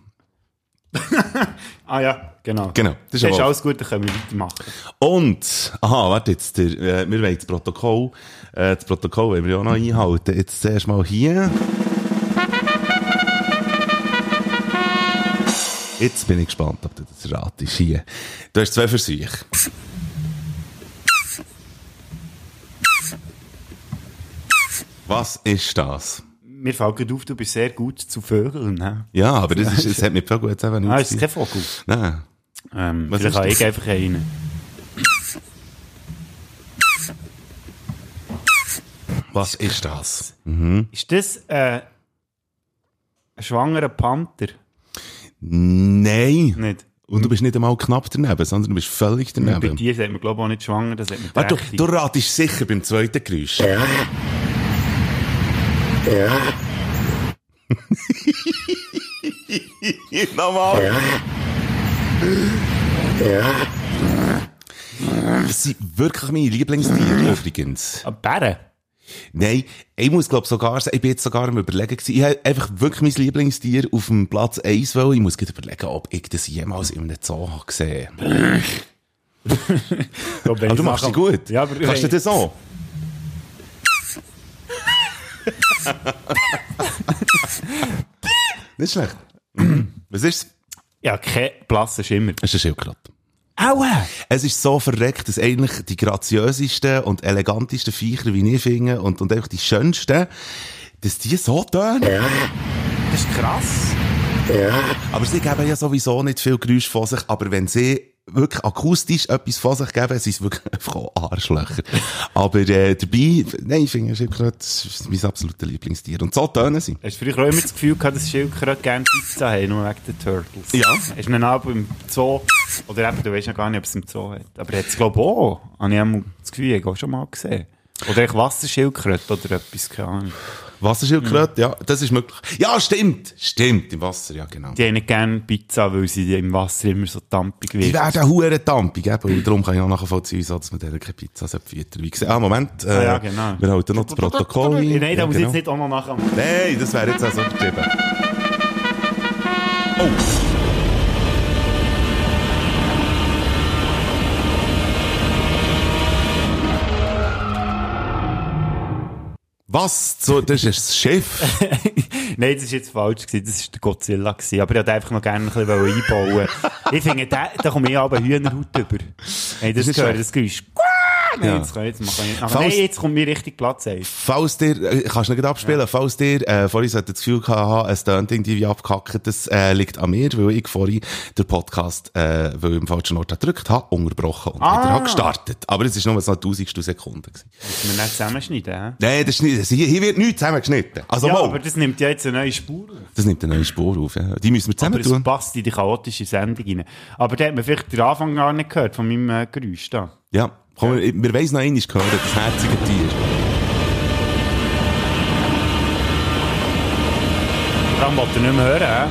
Speaker 5: Ah ja, genau.
Speaker 4: Genau, das
Speaker 5: Das
Speaker 4: ist
Speaker 5: ist,
Speaker 4: ein Wolf.
Speaker 5: alles gut, dann können wir weitermachen.
Speaker 4: Und, aha, warte jetzt, der, äh, wir wollen das Protokoll, äh, das Protokoll wollen wir ja auch noch einhalten. Jetzt zuerst mal hier. Jetzt bin ich gespannt, ob du das ratest. Hier. Du hast zwei Versuche. Was ist das?
Speaker 5: Mir fällt gerade auf, du bist sehr gut zu Vögeln. Ne?
Speaker 4: Ja, aber das, ist, das hat mit Vögeln jetzt einfach nichts
Speaker 5: Ah, ist es kein Vogel?
Speaker 4: Nein.
Speaker 5: Ähm,
Speaker 4: Was
Speaker 5: vielleicht
Speaker 4: ist
Speaker 5: habe
Speaker 4: das?
Speaker 5: ich einfach einen.
Speaker 4: Was ist das? Mhm.
Speaker 5: Ist das äh, ein schwangerer Panther?
Speaker 4: Nein.
Speaker 5: Nicht.
Speaker 4: Und du bist nicht einmal knapp daneben, sondern du bist völlig
Speaker 5: Bei
Speaker 4: daneben.
Speaker 5: dir sagt man, glaube ich, auch nicht schwanger, das sagt man
Speaker 4: Warte,
Speaker 5: dreckig.
Speaker 4: du, du ratest sicher beim zweiten Geräusch. Ja. Nochmal. Das sind wirklich meine Lieblingstiere übrigens.
Speaker 5: Ah, Bären?
Speaker 4: Ah, Nein, ich muss glaube sogar sagen, ich bin jetzt sogar am überlegen gewesen. Ich habe einfach wirklich mein Lieblingstier auf dem Platz 1 wollen. Ich muss gerade überlegen, ob ich das jemals in einem Zoo habe gesehen
Speaker 5: Glaub, wenn
Speaker 4: Aber du
Speaker 5: ich's
Speaker 4: machst sie
Speaker 5: mache-
Speaker 4: gut.
Speaker 5: Ja, aber
Speaker 4: Kannst du
Speaker 5: wenn-
Speaker 4: das auch? Nicht schlecht. Was ist
Speaker 5: Ja, kein blasser Schimmer.
Speaker 4: Es ist ein Schildkröte.
Speaker 5: Aua!
Speaker 4: Es ist so verreckt, dass eigentlich die graziösesten und elegantesten Viecher, wie ich finde, und, und einfach die schönsten, dass die so tönen.
Speaker 5: Das ist krass.
Speaker 4: Aber sie geben ja sowieso nicht viel Geräusch von sich, aber wenn sie wirklich akustisch etwas von sich geben, sind es wirklich einfach auch Arschlöcher. aber äh, dabei, nein, ich finde Schildkröte das ist mein absolutes Lieblingstier. Und so tönen sie.
Speaker 5: Hast du früher auch immer das Gefühl gehabt, dass Schildkröte gerne Pizza haben, nur wegen den Turtles?
Speaker 4: Ja.
Speaker 5: Hast du ihn auch im Zoo, oder eben, du weißt ja gar nicht, ob es im Zoo hat. Aber jetzt glaube ich auch, habe ich einmal das Gefühl, ich habe auch schon mal gesehen. Oder echt Wasserschildkröte oder etwas, keine Ahnung. Mhm.
Speaker 4: Wasserschildkröte, ja, das ist möglich. Ja, stimmt, stimmt, im Wasser, ja, genau.
Speaker 5: Die haben nicht gerne Pizza, weil sie im Wasser immer so dampig
Speaker 4: Die
Speaker 5: wird.
Speaker 4: werden hure dampig, eben. Und darum kann ich auch nachvollziehen, wieso, dass man denen keine Pizza füttern Wie gesagt, ah, Moment, äh,
Speaker 5: Ah, ja, genau.
Speaker 4: wir halten noch das Protokoll ein.
Speaker 5: Nein, da
Speaker 4: Ja,
Speaker 5: muss ich
Speaker 4: genau.
Speaker 5: jetzt nicht auch noch machen.
Speaker 4: Nein, das wäre jetzt also übertrieben. Oh! Was? So, das ist das Schiff?
Speaker 5: Nein, das war jetzt falsch. Gewesen. Das war der Godzilla. Gewesen. Aber ich wollte einfach noch gerne ein bisschen einbauen. ich finde, da, da komme ich aber Hühnerhaut über. Hey,
Speaker 4: Das ist
Speaker 5: das, das gehört,
Speaker 4: so.
Speaker 5: das Geräusch. Quaah! Nein,
Speaker 4: Ja.
Speaker 5: jetzt, kann ich- jetzt mache ich
Speaker 4: Falls-
Speaker 5: Aber nein, jetzt kommt mir richtig Platz ein.
Speaker 4: Falls dir, äh, kannst du nicht abspielen, falls dir, äh, vorhin sollte das Gefühl gehabt haben, es tönt irgendwie wie abgehackt, das äh, liegt an mir, weil ich vorhin den Podcast, äh, weil ich im falschen Ort gedrückt habe, unterbrochen und
Speaker 5: Ah.
Speaker 4: wieder habe gestartet. Aber es ist nur so eine tausendstel Sekunde. Gewesen.
Speaker 5: Müssen wir nicht zusammenschneiden. hä?
Speaker 4: Nein, das ist nicht, das- hier, hier wird nichts zusammengeschnitten. Also,
Speaker 5: ja,
Speaker 4: mal,
Speaker 5: aber das nimmt ja jetzt eine neue Spur. auf.
Speaker 4: das nimmt eine neue Spur auf. Ja. Die müssen wir
Speaker 5: Aber
Speaker 4: zusammen tun.
Speaker 5: es passt in die chaotische Sendung rein. Aber da hat man vielleicht den Anfang gar nicht gehört von meinem äh, Geräusch da.
Speaker 4: Ja, komm, wir, wir weiss noch einmal gehört, das herzige Tier.
Speaker 5: Dann wollt ihr nicht mehr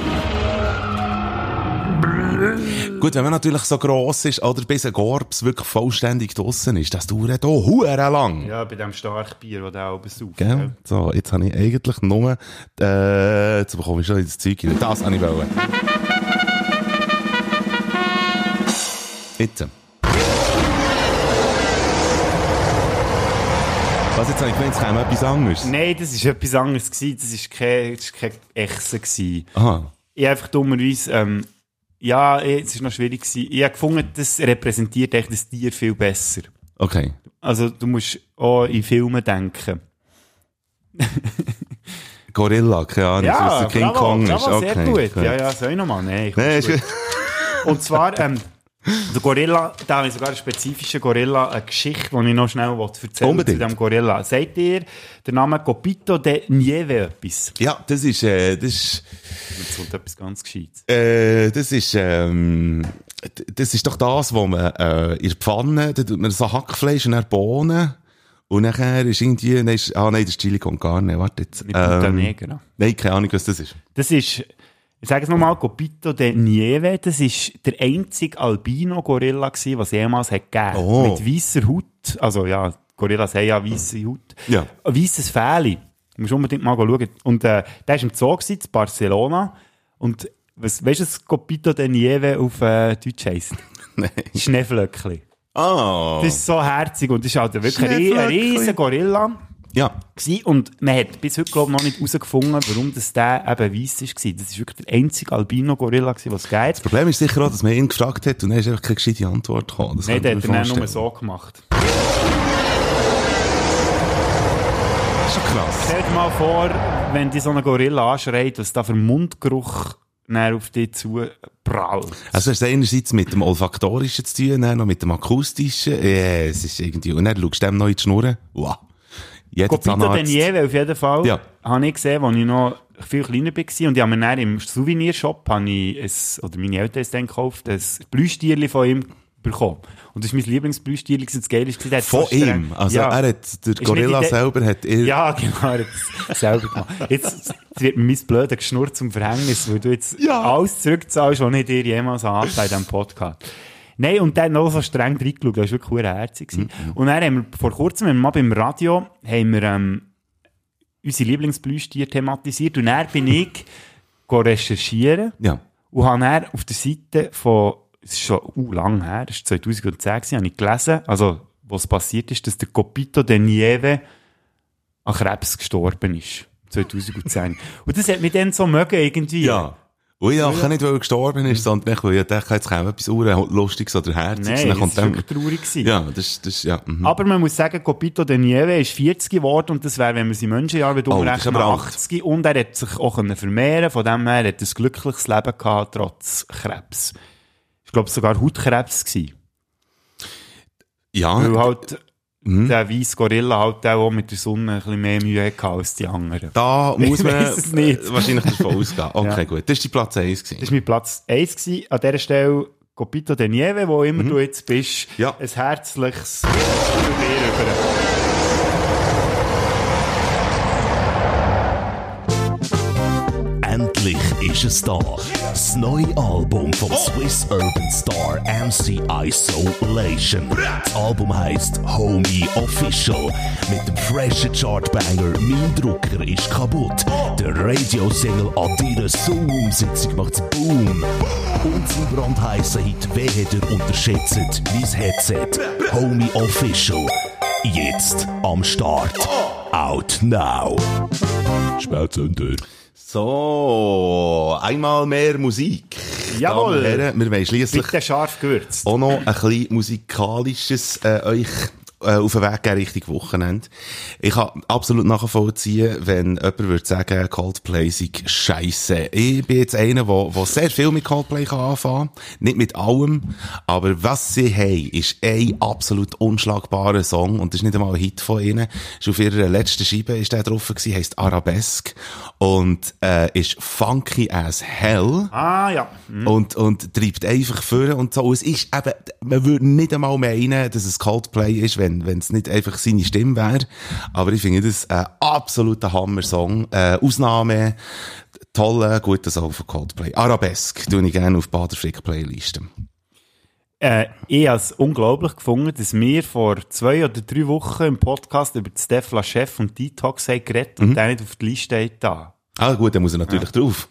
Speaker 5: hören.
Speaker 4: Gut, wenn man natürlich so gross ist, oder bis ein Gorbs wirklich vollständig draussen ist, das dauert auch huere
Speaker 5: hä?
Speaker 4: lang.
Speaker 5: Ja, bei dem Starkbier, das da oben saugt.
Speaker 4: Gell? So, jetzt habe ich eigentlich nur, äh, jetzt bekomme ich schon ins Zeug hinein. Das habe ich wollen. Jetzt. Was, jetzt habe ich gemeint, es käme etwas anderes?
Speaker 5: Nein, das war etwas anderes. Gewesen. Das war keine, das ist keine Echse. Gewesen.
Speaker 4: Aha.
Speaker 5: Ich einfach dummerweise, ähm, ja, eh, es war noch schwierig. Gewesen. Ich habe gefunden, das repräsentiert echt das Tier viel besser.
Speaker 4: Okay.
Speaker 5: Also, du musst auch in Filmen denken.
Speaker 4: Gorilla, keine Ahnung, was der King Kong ist.
Speaker 5: bravo,
Speaker 4: Okay.
Speaker 5: sehr gut.
Speaker 4: okay.
Speaker 5: Ja, ja, soll ich nochmal? Nein, ich
Speaker 4: Nein,
Speaker 5: ist gut. Und zwar, ähm, der Gorilla, da habe ich sogar einen spezifischen Gorilla, eine Geschichte, die ich noch schnell wollte erzählen
Speaker 4: Unbedingt.
Speaker 5: zu dem Gorilla. Seht ihr der Name Copito de Nieve etwas?
Speaker 4: Ja, das ist, äh, das ist,
Speaker 5: Jetzt kommt etwas ganz Gescheites.
Speaker 4: äh, das ist, ähm, d- das ist doch das, wo man, äh, in der Pfanne, da tut man so Hackfleisch und dann Bohnen. Und nachher ist irgendwie, dann ist, ah nein, das ist Chili con Carne, warte jetzt. Ähm,
Speaker 5: Mit Punta Negra.
Speaker 4: Nein, keine Ahnung, was das ist.
Speaker 5: Das ist, ich sage es nochmal, Copito de Nieve, das ist der einzige Albino-Gorilla, gewesen, was es jemals hat gegeben
Speaker 4: Oh.
Speaker 5: Mit weißer Haut. Also ja, Gorillas haben ja weiße Haut.
Speaker 4: Ja.
Speaker 5: Ein weißes Fähli. Du musst unbedingt mal schauen. Und äh, der war im Zoo, gewesen, in Barcelona. Und was, weißt du, was Copito de Nieve auf äh, Deutsch heisst?
Speaker 4: Nein.
Speaker 5: Schneeflöckli.
Speaker 4: Ah.
Speaker 5: Das ist so herzig und das ist halt wirklich ein rie- ein
Speaker 4: Schneeflöckli.
Speaker 5: riesen Gorilla
Speaker 4: Ja.
Speaker 5: gsi und man hat bis heute glaub ich, noch nicht herausgefunden, warum das der eben weiss ist gsi. Das ist wirklich der einzige Albino Gorilla gsi, was geht.
Speaker 4: Das Problem ist sicher auch, dass man ihn gefragt hat und dann ist einfach keine gescheite Antwort gekommen. Das
Speaker 5: Nein,
Speaker 4: kann
Speaker 5: der
Speaker 4: ich
Speaker 5: hat
Speaker 4: mir
Speaker 5: er dann nur
Speaker 4: vorstellen.
Speaker 5: so gemacht.
Speaker 4: ist schon krass.
Speaker 5: Stell dir mal vor, wenn die so einen Gorilla anschreit, was da für Mundgeruch näher auf dich zu prallt.
Speaker 4: Also hast du einerseits mit dem Olfaktorischen zu tun, dann noch mit dem Akustischen. Ja, es ist irgendwie... Und dann schaust du dem noch in die Schnur. Wow. Jeder
Speaker 5: Copito
Speaker 4: Zahnarzt.
Speaker 5: Daniele auf jeden Fall
Speaker 4: Ja.
Speaker 5: habe ich gesehen, als ich noch viel kleiner war. Und ich habe mir dann im Souvenirshop, habe ich ein, oder meine Eltern haben es dann gekauft, ein Plüschtierli von ihm bekommen. Und das war mein Lieblingsplüschtierli. gewesen. Das Geile war, der hat
Speaker 4: Von
Speaker 5: fast
Speaker 4: ihm.
Speaker 5: rein-
Speaker 4: Also er hat... Der
Speaker 5: Ist nicht
Speaker 4: Gorilla
Speaker 5: in der-
Speaker 4: selber hat... Er,
Speaker 5: Ja, genau, er hat es selber gemacht. Jetzt wird mir mein blöder Geschnurr zum Verhängnis, weil du jetzt alles zurückzahlst, was ich dir jemals habe bei diesem Podcast. Nein, und dann noch so streng reingeschaut, das war wirklich herzig. Mhm. Und dann haben wir vor kurzem, haben wir mal beim Radio, haben wir ähm, unsere Lieblingsblüstier thematisiert und dann bin ich go recherchieren
Speaker 4: Ja.
Speaker 5: und habe dann auf der Seite von, es ist schon uh, lang her, es war 2010, gewesen, habe ich gelesen, also was passiert ist, dass der Copito de Nieve an Krebs gestorben ist. 2010. Und das hat mich dann so mögen, irgendwie.
Speaker 4: Ja. Und ich dachte nicht, weil er gestorben ist, sondern weil ich dachte, jetzt käme etwas Uhren Lustiges oder Herziges. Und
Speaker 5: Nein,
Speaker 4: dann kommt
Speaker 5: das war
Speaker 4: dann-
Speaker 5: wirklich traurig. gewesen.
Speaker 4: Ja, das, das, ja. mhm.
Speaker 5: Aber man muss sagen, Copito de Nieve ist 40 geworden und das wäre, wenn man sie Menschenjahr würde
Speaker 4: Oh, das ist
Speaker 5: umrechnen,
Speaker 4: aber alt.
Speaker 5: 80. Und er hat sich auch können vermehren Von dem her hat er ein glückliches Leben gehabt, trotz Krebs. Ich glaube, sogar Hautkrebs gewesen.
Speaker 4: Ja.
Speaker 5: Weil halt
Speaker 4: hm?
Speaker 5: der weiße Gorilla halt auch mit der Sonne ein bisschen mehr Mühe hatte als die anderen.
Speaker 4: Da
Speaker 5: Ich
Speaker 4: muss man
Speaker 5: weiss es nicht.
Speaker 4: äh, wahrscheinlich davon ausgehen. Okay,
Speaker 5: Ja.
Speaker 4: gut. Das war die Platz 1. Gewesen.
Speaker 5: Das war mein Platz 1 gewesen. An dieser Stelle Copito de Nieve, wo
Speaker 4: Mhm.
Speaker 5: immer du jetzt bist. Ein herzliches Zu dir rüber.
Speaker 14: Endlich ist es da. Das neue Album vom Swiss Urban Star MC Isolation. Das Album heisst Homie Official. Mit dem freshen Chartbanger Mein Drucker ist kaputt. Der Radiosingle Adira Zoom Sitzung macht's Boom. Und sein brandheißer Hit Wehe der unterschätzt. Mein Headset. Homie Official. Jetzt am Start. Out now. Spätzünder.
Speaker 4: So, einmal mehr Musik.
Speaker 5: Jawohl.
Speaker 4: Damen und Herren, wir wollen schliesslich
Speaker 5: Bitte scharf gewürzt.
Speaker 4: auch noch ein bisschen musikalisches äh, euch äh, auf den Weg geben Richtung Wochenende. Ich kann absolut nachvollziehen, wenn jemand würde sagen, Coldplay sei scheisse. Ich bin jetzt einer, der, der sehr viel mit Coldplay kann anfangen kann. Nicht mit allem, aber was sie haben, ist ein absolut unschlagbarer Song und das ist nicht einmal ein Hit von ihnen. Ist auf ihrer letzten Scheibe ist der drauf gewesen, heisst Arabesque und äh, ist funky as hell.
Speaker 5: Ah, ja.
Speaker 4: Und, und treibt einfach vor und so. Es ist eben, man würde nicht einmal meinen, dass es Coldplay ist, wenn, wenn es nicht einfach seine Stimme wäre. Aber ich finde das ein absoluter Hammer-Song. Äh, Ausnahme, toller, guter Song von Coldplay. Arabesque, tue ich gerne auf Baderfrick-Playliste.
Speaker 5: Äh, ich habe es unglaublich gefunden, dass wir vor zwei oder drei Wochen im Podcast über das Defla Chef und Detox haben geredet
Speaker 4: Mhm.
Speaker 5: und der nicht auf die Liste steht da.
Speaker 4: Ah, gut, dann muss er natürlich drauf.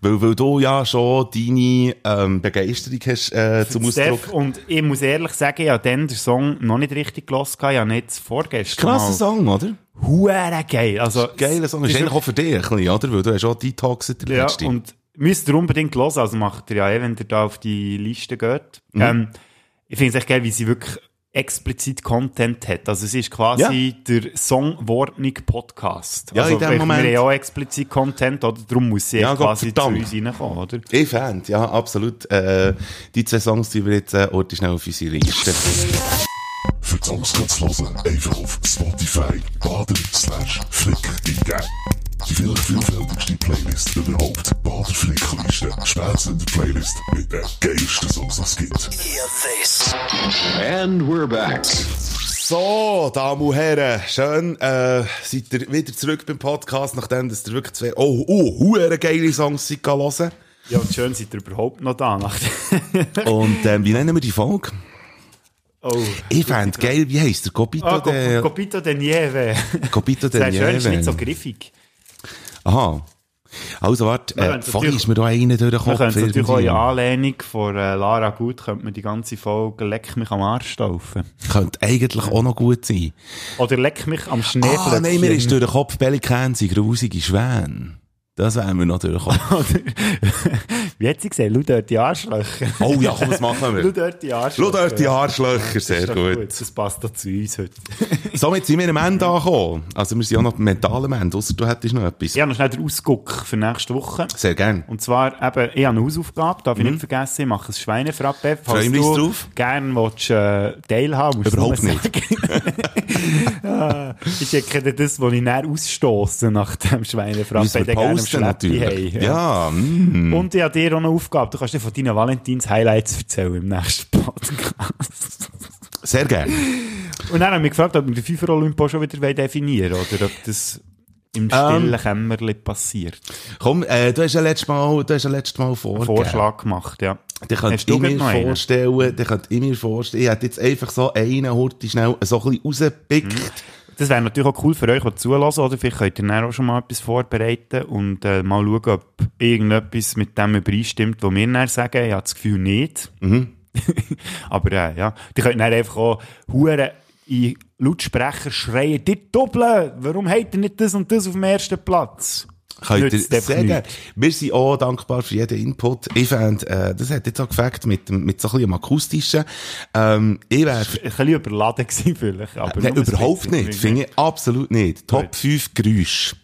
Speaker 4: Weil, weil du ja schon deine ähm, Begeisterung hast äh, zum
Speaker 5: Das
Speaker 4: Ausdruck.
Speaker 5: Def- Und ich muss ehrlich sagen, ich habe dann den Song noch nicht richtig gehört. Ich habe nicht vorgestern.
Speaker 4: Krasser
Speaker 5: mal-
Speaker 4: Song, oder?
Speaker 5: Huere geil. Also,
Speaker 4: Genau. Geiler Song. Ist
Speaker 5: das
Speaker 4: eigentlich auch für dich, ein bisschen, oder? Weil du hast auch Detoxed in der
Speaker 5: Ja,
Speaker 4: letzten.
Speaker 5: und müsst ihr unbedingt hören, also macht ihr ja eh, wenn ihr da auf die Liste geht.
Speaker 4: Mhm.
Speaker 5: Ähm, ich finde es echt geil, wie sie wirklich explizit Content hat. Also es ist quasi der Songwortnik-Podcast.
Speaker 4: Ja,
Speaker 5: also,
Speaker 4: in dem
Speaker 5: weil
Speaker 4: Moment.
Speaker 5: Wir haben ja auch explizit Content, oder? Darum muss sie
Speaker 4: Ja,
Speaker 5: ja,
Speaker 4: Gott
Speaker 5: quasi zu
Speaker 4: verdammt.
Speaker 5: uns reinkommen, oder?
Speaker 4: Ich fand, ja, absolut. Äh, die zwei Songs, die wir jetzt äh, ordentlich schnell auf unsere Liste.
Speaker 15: Für die Songs kannst du hören, einfach auf Spotify, Bader, Slash, Flickr eingeben. Die vielleicht vielfältigste Playlist überhaupt. Bader Flickliste, spätestens die Playlist mit den geilsten Songs, die es gibt.
Speaker 4: And we're back. So, Damen und Herren, schön, äh, seid ihr wieder zurück beim Podcast, nachdem dass ihr wirklich zwei, oh, oh, huere geile Songs seid gehen hören.
Speaker 5: Ja, und schön seid ihr überhaupt noch da. Nach
Speaker 4: Und ähm, wie nennen wir die Folge?
Speaker 5: oh.
Speaker 4: Ich fand geil, wie heisst der? Copito
Speaker 5: Ah, Co-
Speaker 4: de...
Speaker 5: Copito de Nieve.
Speaker 4: Copito de
Speaker 5: Das ist schön, ist
Speaker 4: Nieve.
Speaker 5: nicht so griffig.
Speaker 4: Aha. Also, warte,
Speaker 5: Wir
Speaker 4: äh,
Speaker 5: könnten
Speaker 4: vorhin
Speaker 5: natürlich-
Speaker 4: ist mir da einer durch den
Speaker 5: Wir
Speaker 4: Kopf.
Speaker 5: können natürlich auch
Speaker 4: irgendwie.
Speaker 5: in Anlehnung von äh, Lara Gut könnte man die ganze Folge Leck mich am Arsch taufen.
Speaker 4: Könnte eigentlich auch noch gut sein.
Speaker 5: Oder leck mich am Schneeflöckchen.
Speaker 4: Ah, nein, mir ist durch den Kopf Pelikan, sie grusige Schwäne. Das wären wir noch durch den Kopf.
Speaker 5: Wie hat sie gesehen? Schau dort die Arschlöcher.
Speaker 4: Oh ja, komm, das machen wir.
Speaker 5: Schau dort die Arschlöcher.
Speaker 4: Schau dort die Arschlöcher, sehr
Speaker 5: Das ist doch gut. Das passt doch zu uns heute.
Speaker 4: Somit sind wir am Ende angekommen. Also wir sind auch noch mental am Ende, ausser du hättest noch etwas.
Speaker 5: Ja, noch schnell den Ausguck für nächste Woche.
Speaker 4: Sehr gerne.
Speaker 5: Und zwar eben, ich habe eine Hausaufgabe, darf ich
Speaker 4: Mhm.
Speaker 5: nicht vergessen, ich mache ein Schweinefrappe. Falls
Speaker 4: Freuen wir uns
Speaker 5: du
Speaker 4: drauf.
Speaker 5: gerne willst, äh, teilhaben musst du
Speaker 4: Überhaupt
Speaker 5: nur
Speaker 4: nicht.
Speaker 5: sagen. ah, ich checke dir das, was ich näher ausstoße nach dem Schweinefrappe.
Speaker 4: Müssen wir
Speaker 5: den gerne am
Speaker 4: posten
Speaker 5: Schleppi
Speaker 4: natürlich.
Speaker 5: haben.
Speaker 4: Ja, mm.
Speaker 5: Und ich habe dir auch eine Aufgabe, du kannst dir von deinen Valentins-Highlights erzählen im nächsten Podcast.
Speaker 4: Sehr gerne.
Speaker 5: Und dann habe ich mich gefragt, ob wir den FIFA Olymp auch schon wieder definieren wollen, oder ob das
Speaker 4: Ähm.
Speaker 5: im stillen Kämmerchen passiert.
Speaker 4: Komm, äh, du hast ja letztes Mal, du hast ja letztes Mal vorgegeben.
Speaker 5: Vorschlag gemacht, ja.
Speaker 4: Dann könnt
Speaker 5: Hast du
Speaker 4: ich
Speaker 5: gerade
Speaker 4: mir
Speaker 5: noch einen?
Speaker 4: vorstellen, dann könnt ich mir vorstellen, ich hätte jetzt einfach so einen Horti schnell so ein bisschen rausgepickt.
Speaker 5: Mhm. Das wäre natürlich auch cool für euch, die zulassen, oder? Vielleicht könnt ihr dann auch schon mal etwas vorbereiten und äh, mal schauen, ob irgendetwas mit dem übereinstimmt, was wir dann sagen. Ich habe das Gefühl nicht.
Speaker 4: Mhm.
Speaker 5: Aber äh, ja, die könnt dann einfach auch Huren in Lautsprecher schreien, die doppeln! Warum habt ihr nicht das und das auf dem ersten Platz?
Speaker 4: Könnt ihr
Speaker 5: Nützt einfach
Speaker 4: sagen.
Speaker 5: nichts.
Speaker 4: Wir sind auch dankbar für jeden Input. Ich fand, äh, das hat jetzt auch gefällt mit, dem- mit so ein bisschen dem akustischen. Ähm, ich wäre... Ein
Speaker 5: bisschen überladen gewesen vielleicht. Aber
Speaker 4: Nein,
Speaker 5: nur ein
Speaker 4: überhaupt
Speaker 5: bisschen.
Speaker 4: nicht. Finde ich absolut nicht. Top 5 Geräusche.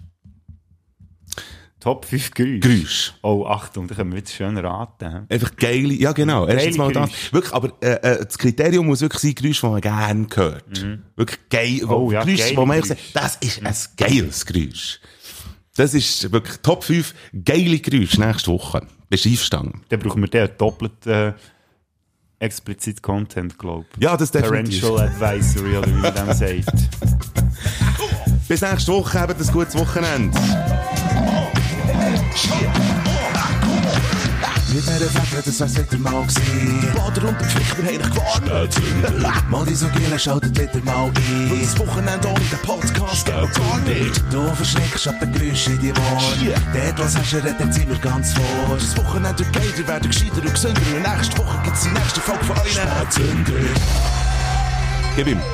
Speaker 5: Top 5 Geräusche?
Speaker 4: Geräusche.
Speaker 5: Oh, Achtung, da können wir jetzt schön raten. hä?
Speaker 4: Einfach geile, ja genau,
Speaker 5: Geile
Speaker 4: erstens mal das.
Speaker 5: Geräusche.
Speaker 4: Wirklich, aber äh, äh, das Kriterium muss wirklich sein, Geräusch, das man gerne hört. Wirklich geil,
Speaker 5: Oh,
Speaker 4: wo-
Speaker 5: ja,
Speaker 4: Geräusch,
Speaker 5: geile
Speaker 4: wo man
Speaker 5: Geräusche.
Speaker 4: sagt, das ist ein geiles Geräusch. Das ist wirklich Top 5 geile Geräusche nächste Woche. Bist du einverstanden?
Speaker 5: Dann brauchen wir den doppelt äh, explizit Content, glaube ich.
Speaker 4: Ja, das definitiv.
Speaker 5: Parental Advisory, oder wie man dem sagt.
Speaker 4: Bis nächste Woche, habt ein gutes Wochenende.
Speaker 2: Mit einer Flasche, das war's wieder mal gewesen. Die Bader und der Pflichter haben dich gewarnt. Modi so gehen, schaltet wieder mal ein. Weil das Wochenende ohne den Podcast geht gar nicht. Du verschreckst ab den Geräuschen in die Wohnung. Dort, was hast du, redet, sind wir ganz vor. Das Wochenende wird geiler, werden gescheiter und gesünder. Und nächste Woche gibt's die nächste Folge von euch.
Speaker 4: Gib ihm.